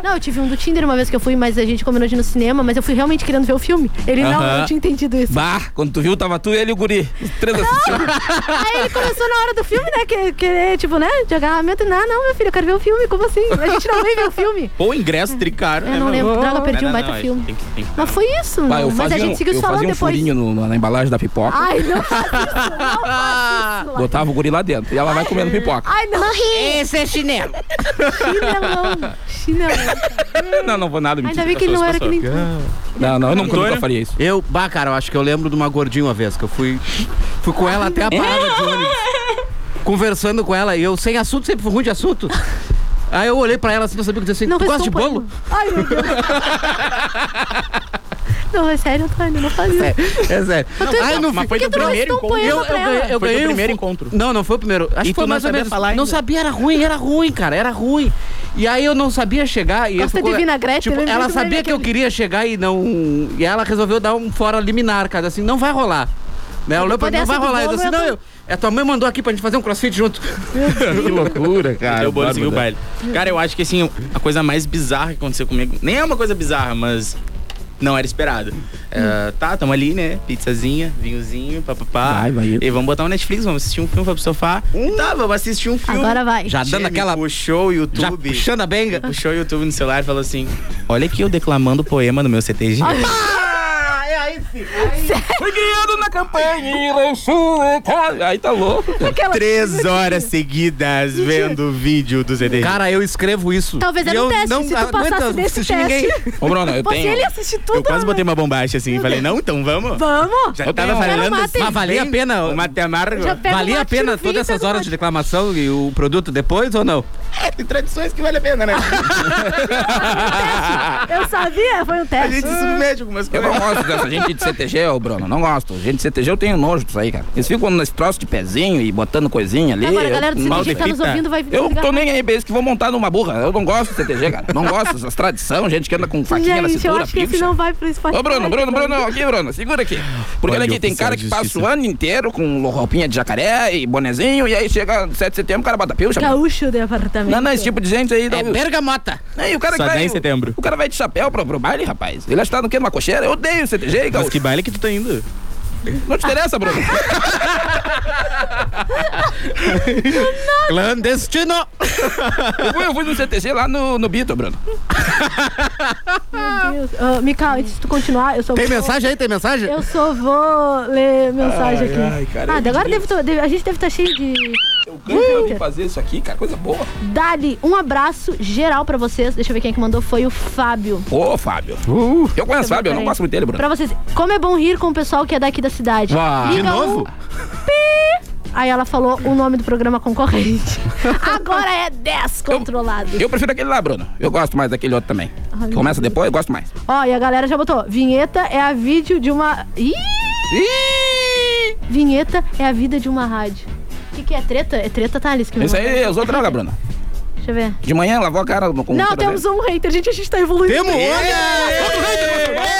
S6: Não, eu tive um do Tinder uma vez que eu fui, mas a gente combinou de ir no cinema, mas eu fui realmente querendo ver o filme. Ele não,
S5: Aham.
S6: não tinha entendido isso.
S5: Bah, quando tu viu, tava tu, ele e o guri. Os três assistindo.
S6: Aí ele começou na hora do filme, né? que- Querer, tipo, né? Jogar, meu outro, não, não, meu filho, eu quero ver o filme, como assim? A gente não veio ver o filme.
S8: Pô, ingresso tricaro. né,
S6: Eu não lembro, droga, perdi um baita filme. Mas foi isso,
S5: Bah, eu
S6: não. mas a
S5: fazia
S6: gente
S5: um-
S6: seguiu
S5: eu
S6: falando
S5: fazia um
S6: depois. Ah,
S5: furinho no- na, na embalagem da pipoca.
S6: Ai, não.
S5: Botava o guri lá dentro. E ela vai comendo pipoca.
S6: Ai, não. Morri.
S7: Esse é chinelo.
S6: Chinelão. Chinelão.
S5: Não, não vou nada
S6: Ainda bem que ele não era que nem tu.
S5: Não, não, eu nunca,
S7: Antônio?
S5: nunca faria isso.
S9: Eu, bah, cara, eu acho que eu lembro de uma gordinha uma vez que eu fui, fui com ela até a parada de ônibus. Conversando com ela e eu sem assunto, sempre fui ruim de assunto. Aí eu olhei pra ela assim, não sabia o que dizer assim.
S6: Não um
S9: tu gosta de
S6: responda,
S9: bolo?
S6: Ai, meu Deus. Não, é sério, Antônio, não faz isso.
S9: É sério.
S6: Mas
S7: Ah,
S6: tu-
S9: Ai, não
S6: mas
S9: fi- por
S6: foi
S9: que
S6: teu
S9: tu não
S6: primeiro
S9: responde?
S6: encontro.
S9: Eu, eu,
S6: Foi
S9: ganhei- eu
S6: teu
S9: ganhei o
S6: primeiro
S9: fu- Não, não foi o primeiro. Acho
S7: E
S9: que
S7: tu
S9: foi
S7: não
S9: mais ou
S7: sabia
S9: menos.
S7: falar
S9: não
S7: ainda?
S9: sabia, era ruim, era ruim, cara, era ruim. E aí eu não sabia chegar e eu
S6: Gosta
S9: fui-
S6: de vinagrete,
S9: tipo,
S6: eu lembro
S9: ela
S6: muito bem
S9: sabia que eu queria chegar e não e ela resolveu dar um fora liminar, cara, assim, não vai rolar. Né? Ela olhou pra mim, não vai
S6: Depois dessa do
S9: rolar. Eu
S6: bolo,
S9: disse,
S6: eu
S9: não,
S6: tô-
S9: eu, a tua mãe mandou aqui pra gente fazer um crossfit junto.
S5: que loucura, cara.
S8: Deu bolo e seguiu o
S5: Bárbara.
S8: baile. Cara, eu acho que assim, a coisa mais bizarra que aconteceu comigo. Nem é uma coisa bizarra, mas. Não era esperado. É, tá, tamo ali, né? Pizzazinha, vinhozinho, papapá. Vai, vai. E vamos botar um Netflix, vamos assistir um filme, vamos pro sofá. Tá, vamos assistir um filme.
S6: Agora vai.
S8: Já dando aquela. Puxou o YouTube. Já puxando
S9: a benga.
S8: Puxou o YouTube no celular e falou assim: Olha aqui eu declamando poema no meu CTG.
S10: Ah, é aí sim.
S5: Fui guiando na campanha, lançou. Aí tá louco.
S6: Aquela-
S8: Três horas seguidas vendo o vídeo do CTG.
S9: Cara, eu escrevo isso.
S6: Talvez era um teste, se tu passasse desse teste.
S8: Ô, Bruno, eu
S6: Pô, se
S8: tenho-
S6: ele assistir tudo...
S8: Eu quase botei uma bombacha assim. Falei, não, então vamos.
S6: Vamos.
S8: Já
S6: Eu
S8: tava
S6: tenho um- Quero
S8: falando
S6: um
S8: assim.
S6: mate. Mas valia a
S9: pena?
S8: O mate amargo.
S6: Já pega
S9: Valia
S6: um
S9: a
S6: mate no
S9: pena
S6: fim,
S9: todas
S6: pega
S9: essas
S6: um
S9: horas de declamação e o produto depois ou não?
S8: É, tem tradições que vale a pena, né?
S6: Eu sabia, foi um teste.
S8: A gente se submete algumas
S5: Eu
S8: coisas.
S5: não gosto dessa gente de CTG, ô Bruno. Não gosto. Gente de CTG eu tenho nojo disso aí, cara. Eles ficam nesse troço de pezinho e botando coisinha ali.
S6: Agora, a galera do
S5: eu-
S6: CTG que tá nos
S5: Maldita.
S6: ouvindo vai
S5: Eu
S6: ligar.
S5: tô nem aí pra eles que vão montar numa burra. Eu não gosto de CTG, cara. Não gosto dessas tradições, gente que anda com faquinha na
S6: Gente, eu
S5: cintura.
S6: acho que esse
S5: picha.
S6: não vai pro Spotify.
S5: Ô, Bruno, Bruno, Bruno, aqui, Bruno, segura aqui. Porque
S8: Olha,
S5: olha aqui, tem
S8: oficial
S5: cara
S8: de
S5: que passa
S8: justiça.
S5: o ano inteiro com roupinha de jacaré e bonezinho, e aí chega 7 de setembro, o cara bota pilcha.
S6: Gaúcho de apartamento.
S5: Não, não, esse tipo de gente aí.
S6: É
S9: bergamota.
S5: o cara
S8: Só
S5: que vai,
S8: tem em setembro.
S5: O cara vai de chapéu pro, pro baile, rapaz. Ele acha que tá no quê? Numa cocheira? Eu odeio o CTG,
S8: Mas
S5: gaúcho.
S8: que baile que tu tá indo?
S5: então, Não
S8: *laughs*
S5: te interessa, Bruno.
S9: Clandestino!
S5: eu, fui, eu fui no CTG lá no, no Bito, Bruno.
S6: Meu Deus. Ah, Mica, antes de tu continuar, eu sou.
S5: Tem
S6: vou-
S5: mensagem aí? Tem mensagem?
S6: Eu só vou ler mensagem
S5: Ai,
S6: aqui.
S5: ai, cara,
S6: ah,
S5: eu
S6: agora
S5: te
S6: deve tá- deve- a gente deve estar cheio de.
S5: Eu canto pra mim fazer isso aqui, cara, coisa boa.
S6: Dali, um abraço geral pra vocês. Deixa eu ver quem é que mandou. Foi o Fábio.
S5: Ô, Fábio.
S8: Uh.
S5: eu conheço o Fábio, eu não
S6: Peraí.
S5: gosto muito dele, Bruno.
S6: Pra vocês, como é bom rir com o pessoal que é daqui da cidade.
S5: Uau. De
S6: Liga
S8: Então.
S5: novo?
S6: um- Pi! Aí ela falou o nome do programa
S5: *laughs*
S6: concorrente. Agora é 10 controlados.
S5: Eu prefiro aquele lá, Bruno. Eu gosto mais daquele outro também.
S6: Ah,
S5: Começa depois, eu gosto mais.
S6: Ó, e a galera já botou. Vinheta é a vídeo de uma. Ih! Vinheta é a vida de uma rádio. O que, que é treta? É treta, Thales? Que me
S5: Isso
S6: mandou.
S5: aí é usou droga, Bruno.
S6: Deixa eu ver.
S5: De manhã lavou a cara no com
S6: Não, temos um hater. Gente, a gente tá evoluindo.
S5: Temos um?
S7: É.
S5: Olha!
S6: Outro hater, outro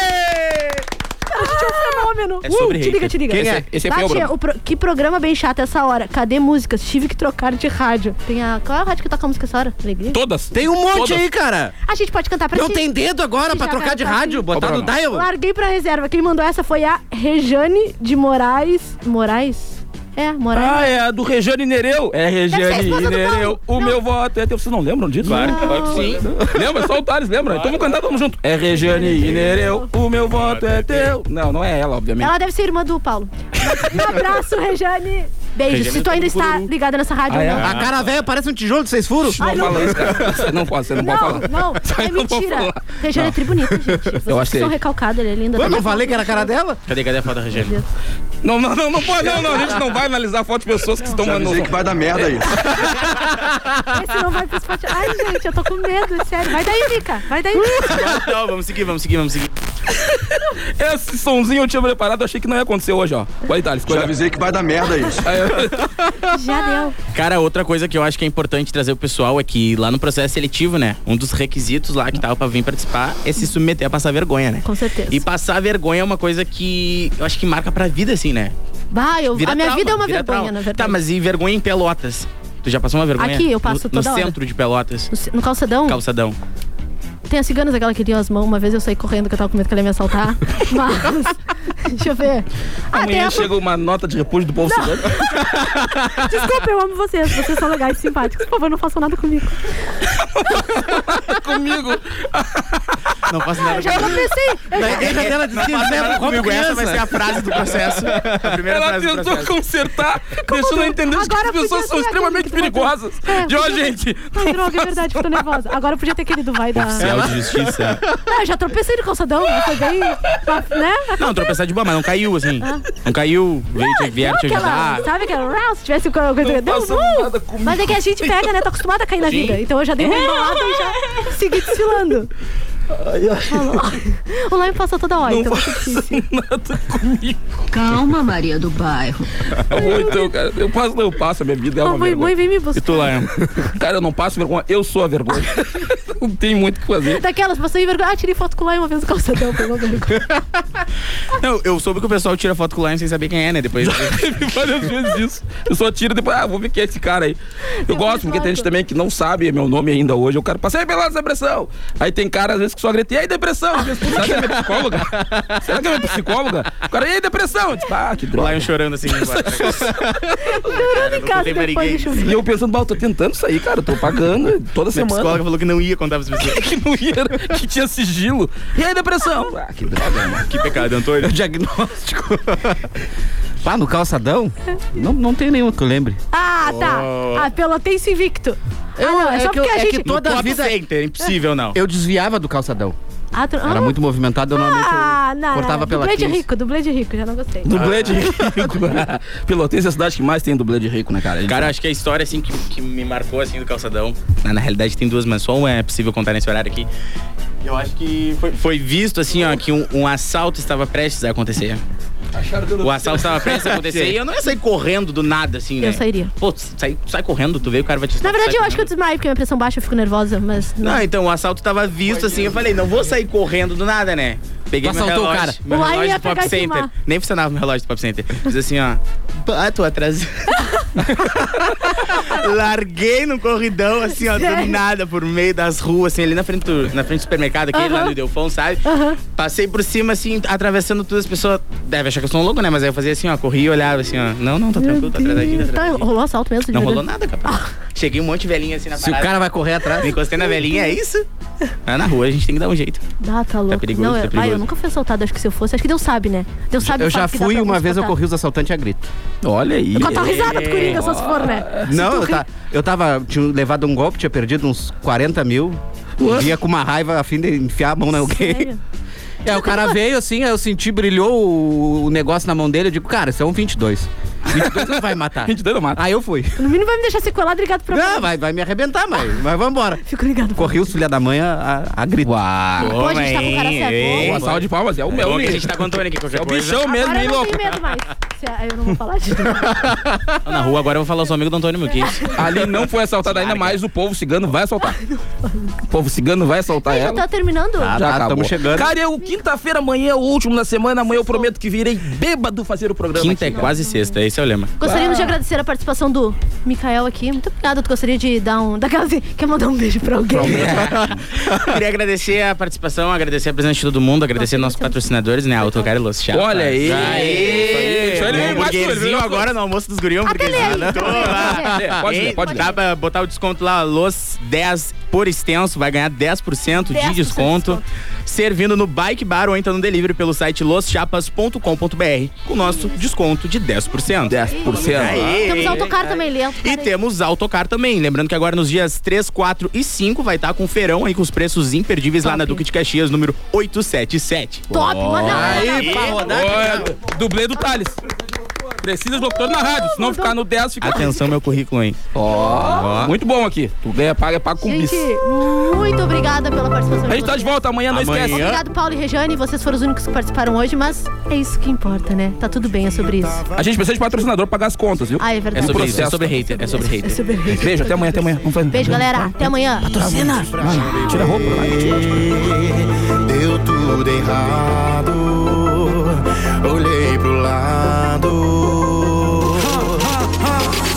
S6: Cara, a gente é um fenômeno.
S5: É sobre
S6: Uh, te
S5: hater.
S6: liga, te liga.
S5: Quem é? Esse é
S6: Tá,
S5: meu,
S6: tia,
S5: Bruno.
S6: o pro- Que programa bem chato essa hora. Cadê músicas? Tive que trocar de rádio. Tem a... Qual é a rádio que toca a música essa hora? Alegria?
S5: Todas.
S9: Tem um monte aí, cara.
S6: A gente pode cantar pra
S9: Não
S6: ti.
S9: tem dedo agora
S6: Se
S9: pra
S6: já
S9: trocar
S6: vai
S9: de
S6: pra
S9: rádio,
S6: ti.
S9: botar no dial?
S6: Larguei pra reserva. Quem mandou essa foi a Rejane de Moraes. Moraes? É, Moraes.
S5: Ah, é a do Rejane Nereu. É
S6: Deve ser a
S5: Rejane
S6: esposa do
S5: Nereu. O meu voto é teu. Vocês não lembram disso?
S8: Claro, claro que sim.
S5: Lembra? Só o Thales lembra. Então vamos cantar, vamos junto. É Rejane Nereu. O meu voto é teu. Não, não é ela, obviamente.
S6: Ela deve ser irmã do Paulo. Um abraço, Rejane. Beijo.
S5: Rejane é
S6: Se tu ainda
S5: do
S6: está ligada nessa rádio
S5: Ah,
S6: ou
S5: é?
S6: não.
S5: Ah,
S9: A cara velha parece um tijolo de seis furos.
S5: Não fala isso, cara. Você não pode, você não, Tá, pode falar. *laughs*
S6: Não, é mentira. Rejane é tri bonita, gente. Vocês
S5: Eu achei.
S6: são recalcados, ela é linda.
S5: Eu não
S9: falei que era a cara dela?
S8: Cadê, cadê a foto da Regina?
S5: Não, não, não, não pode, não, não. A gente não vai analisar a foto de pessoas que estão mandando. que vai dar merda aí.
S6: Esse não vai pro Spotify. Ai, gente, eu tô com medo, é sério. Vai daí, Mica. Vai
S5: *laughs*
S6: daí.
S8: Não, Então, vamos seguir, vamos seguir, vamos seguir.
S5: Esse somzinho eu tinha preparado, achei que não ia acontecer hoje, ó. Vai, Thales, Já avisei que vai dar merda isso.
S6: Já deu.
S8: Cara, outra coisa que eu acho que é importante trazer o pessoal é que lá no processo seletivo, né? Um dos requisitos lá que tava pra vir participar é se submeter a passar vergonha, né?
S6: Com certeza.
S8: E passar vergonha é uma coisa que eu acho que marca pra vida, assim, né?
S6: Bah, eu, a minha
S8: Vira trauma,
S6: vida é uma
S8: vira
S6: vergonha,
S8: trauma.
S6: na verdade.
S8: Tá, mas e vergonha em Pelotas? Tu já passou uma vergonha?
S6: Aqui, eu passo
S8: no,
S6: toda
S8: No
S6: hora.
S8: centro de Pelotas.
S6: No calçadão?
S8: Calçadão.
S6: Tem as ciganas, aquela que tinha as mãos. Uma vez eu saí correndo que eu tava com medo que ela ia me assaltar. *laughs* Mas Deixa eu ver. Ah, tem
S5: Amanhã
S6: a...
S5: chega uma nota de repúdio do Bolsonaro.
S6: Desculpa, eu amo vocês. Vocês são legais, simpáticos. Por favor, não façam nada comigo.
S5: comigo?
S7: Não faço
S6: Eu já pensei. Eu já...
S8: comigo, essa né? vai ser a frase do processo. A primeira
S5: Ela
S8: frase do
S5: tentou
S8: processo.
S5: consertar, *laughs* deixando eu entender que
S6: Agora
S5: as pessoas
S6: podia
S5: são
S6: ser
S5: extremamente
S6: aquele que tu
S5: perigosas.
S6: É,
S5: De ó,
S6: podia-
S5: gente. *laughs*
S6: Ai, droga, é verdade, eu tô nervosa. Agora podia ter querido vai dar.
S8: Oficial de justiça.
S6: Não, eu já tropecei no calçadão, eu foi bem. Né?
S8: Não, tropeçar de boa, mas não caiu, assim. Não caiu, veio, te- vieram
S6: Não
S8: te
S6: aquela, tá-
S8: ajudar.
S6: sabe aquela round, se tivesse alguma coisa
S5: Não
S6: deu,
S5: façam nada
S6: uh,
S5: comigo.
S6: Mas é que a gente pega, né? Tá acostumada a cair na
S5: Sim.
S6: vida. Então eu já dei uma embalada e já segui desfilando. O Lime passa toda hora, então fica difícil.
S3: Calma, Maria do Bairro.
S5: Ou então, cara, eu passo, não, eu passo, a minha vida é uma
S6: Ô, mãe,
S5: vergonha.
S6: É. mãe, vem me
S5: E
S6: buscar.
S5: tu lá, *laughs* cara, eu não passo vergonha, eu sou a vergonha. *laughs* não tem muito o que fazer.
S6: Daquelas, você me vergonha. Ah, tirei foto com o Lime uma vez no calçadão, pegou vergonha.
S8: Não, eu soube que o pessoal tira foto com o Lion sem saber quem é, né? Depois.
S5: *laughs* Teve várias vezes isso. Eu só tiro depois, ah, vou ver quem é esse cara aí. Eu gosto, porque tem gente também que não sabe meu nome ainda hoje. Eu quero passei pela depressão. Aí tem cara, às vezes, que só grita, e aí, depressão? Às vezes, "Putz, Será que é minha *laughs* psicóloga? Será que é minha psicóloga? O cara, e aí, depressão? Eu, tipo, ah, que droga.
S8: Lion chorando assim.
S6: Chorando em casa depois de chover.
S5: E eu pensando, bah, eu tô tentando sair, cara, eu tô pagando toda
S8: Minha
S5: semana.
S8: psicóloga falou que não ia contar pras pessoas.
S5: que não ia, que tinha sigilo. E aí, *laughs* depressão? Ah, que droga, mano.
S8: Que pecado, Antônio.
S7: Diagnóstico.
S5: *laughs*
S7: Pá, no calçadão? Não, não tem nenhum que eu lembre.
S6: Ah, tá.
S7: Oh.
S6: Ah, Pelotense invicto. ah,
S7: Eu-
S6: não, é, só
S7: que eu-
S6: porque a
S7: é
S6: gente.
S7: que toda a vida.
S8: impossível não.
S7: Eu desviava do calçadão.
S6: Ah, tu-
S7: Era
S6: ah.
S7: muito movimentado, eu normalmente.
S6: Ah, não,
S7: cortava
S6: não.
S7: pela
S6: Dublê de
S7: 15.
S6: rico, dublê de rico, já não gostei.
S5: Dublê de
S9: *laughs*
S5: rico. Pelotense é a cidade que mais tem dublê de rico, né, cara? A gente
S8: Cara, acho que a história assim que, que me marcou assim do calçadão. Na, na realidade tem duas, mas só uma é possível contar nesse horário aqui. Eu acho que foi, foi visto assim, ó, que um, um assalto estava prestes a acontecer. O assalto estava prestes a acontecer e eu não ia sair correndo do nada, assim, né?
S6: Eu sairia.
S8: Pô, tu sai, sai correndo, tu vê o cara vai te
S6: Na verdade,
S8: sai
S6: eu acho que eu desmaio, porque minha pressão baixa, eu fico nervosa, mas.
S7: é
S8: Não, então o assalto tava visto assim, eu falei, não vou sair correndo do nada, né? Peguei
S7: Tu
S8: meu
S7: assaltou o
S8: relógio,
S7: cara.
S8: meu
S7: O Lion
S8: relógio
S7: ia
S8: do Pop
S7: pegar e
S8: Center.
S7: filmar.
S8: Nem funcionava meu relógio do Pop Center. Fiz assim, ó, ah, tô atrasado. *laughs* Larguei no corridão, assim, ó, do
S10: Sério?
S8: nada, por meio das ruas, assim, ali na frente do, na frente do supermercado, aquele lá
S10: Aham.
S8: no Delfão, sabe? Passei por cima, assim, atravessando tudo, as pessoas devem achar que eu sou um louco, né? Mas aí eu fazia assim, ó, corria e olhava assim, ó, não, não, tá tranquilo, tá atrasadinho, tá atrasadinho.
S7: é
S6: Tá, rolou assalto mesmo? de
S8: Não
S6: verdade.
S8: rolou nada, capaz. Cheguei um monte de velhinha assim na
S7: Se o
S8: parada.
S7: cara vai correr atrás.
S8: Me encostei na velhinha, é isso? Ah, na rua a gente tem que dar um jeito.
S6: Ah,
S7: é
S6: tá louco.
S8: perigoso,
S6: não,
S8: tá
S6: eu,
S8: perigoso.
S6: Ai, eu nunca fui assaltada, acho que se eu fosse. Acho que Deus sabe, né? Deus sabe
S7: Eu
S6: o
S7: já
S6: fato que dá
S7: fui
S6: pra
S7: uma vez, eu
S6: constatar.
S7: corri os assaltantes a grito.
S5: Olha aí.
S6: Com a tua risada do Coringa, só se for,
S7: *laughs*
S6: né? Se
S7: Não,
S6: tu
S7: eu,
S6: ri-
S7: ta- eu tava. Tinha levado um golpe, tinha perdido uns 40 mil. Vinha com uma raiva a fim de enfiar a mão na alguém. E aí o cara veio assim, aí eu senti, brilhou o- o negócio na mão dele. Eu digo, cara, isso é um 22. 22 não
S8: *laughs*
S7: vai matar.
S5: 22 não mata.
S7: Aí eu fui.
S6: No mínimo vai me deixar sequelado ligado pra
S7: Não, vai, vai me arrebentar, mas, mas vambora.
S6: Fico ligado.
S7: Corri os filha da manhã a, a grito. Uau.
S6: Pô, a gente tá com cara certo.
S5: Um assalto de palmas, é o meu,
S8: bom que a
S5: né?
S8: gente tá com o Antônio aqui, qualquer
S5: É o
S8: coisa.
S5: bichão mesmo,
S6: Agora
S5: hein,
S6: eu não
S5: louco?
S6: tenho medo mais. Se- é, Eu não vou falar
S7: *laughs*
S6: disso.
S8: Na rua agora eu vou falar só amigo do Antônio
S5: *laughs*
S8: Milquinhos.
S5: Ali não foi assaltada ainda, mas o povo cigano vai assaltar. O povo cigano vai assaltar
S6: Já
S5: ela. Ah,
S6: tá terminando?
S5: Já acabou. Cara, eu quinta-feira amanhã é o último da semana. Amanhã eu prometo que virei bêbado fazer o programa.
S8: Quinta é quase sexta, esse é o
S5: *laughs*
S8: lema.
S6: Gostaríamos de agradecer a participação do Mikael aqui. Muito obrigada. Tu gostaria de dar um. Daquelas. *laughs* Quer mandar um beijo pra alguém? *laughs*
S8: Queria agradecer a participação, agradecer a presença de todo mundo, agradecer nossos patrocinadores, né? Autocar e Los Chapas.
S5: Olha aí.
S8: Aê!
S5: Isso aí, ele
S8: Um
S5: veio mais coisa, ele veio
S8: hamburguerzinho
S5: mais
S8: agora no almoço dos guriões, hamburguerzinho.
S5: Até
S8: Tô
S5: lei.
S8: né? lá.
S5: É, pode ler,
S8: Hein?
S5: pode ler.
S8: Dá pra botar o desconto lá, Los 10 por extenso, vai ganhar 10%, de
S5: 10% de
S8: desconto. Servindo no Bike Bar ou então no delivery pelo site loschapas.com.br com o nosso desconto de 10%.
S5: 10%.
S8: Aê!
S6: Temos autocar também, lento.
S8: E temos Autocar também. Lembrando que agora nos dias 3, 4 e 5 vai estar com o feirão aí com os preços imperdíveis lá na Duque de Caxias, número 877.
S6: Top, manda lá. né?
S5: Aí, pra rodar. Dublê do Thales. Precisa de locutor na rádio, se não ficar no 10, fica.
S8: Atenção, meu currículo, hein?
S5: Ó, muito bom aqui. Tu ganha, paga, paga com bis.
S6: Gente, muito obrigada pela participação.
S5: A gente tá de volta amanhã, não esquece.
S6: Obrigado, Paulo e Rejane. Vocês foram os únicos que participaram hoje, mas é isso que importa, né? Tá tudo bem, é sobre isso.
S5: A gente precisa de patrocinador pra pagar as contas, viu?
S6: Ah, é verdade. É sobre isso, é sobre
S8: hater, é sobre hater.
S5: Beijo, até amanhã, até amanhã. Vamos fazer.
S6: Beijo, galera. Até amanhã. Patrocina.
S5: Vai, Tira a roupa. vai.
S20: Deu tudo errado. Olhei pro lado.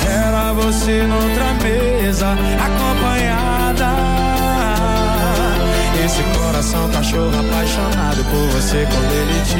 S20: Era você noutra mesa, acompanhada. Esse coração cachorro apaixonado por você quando ele te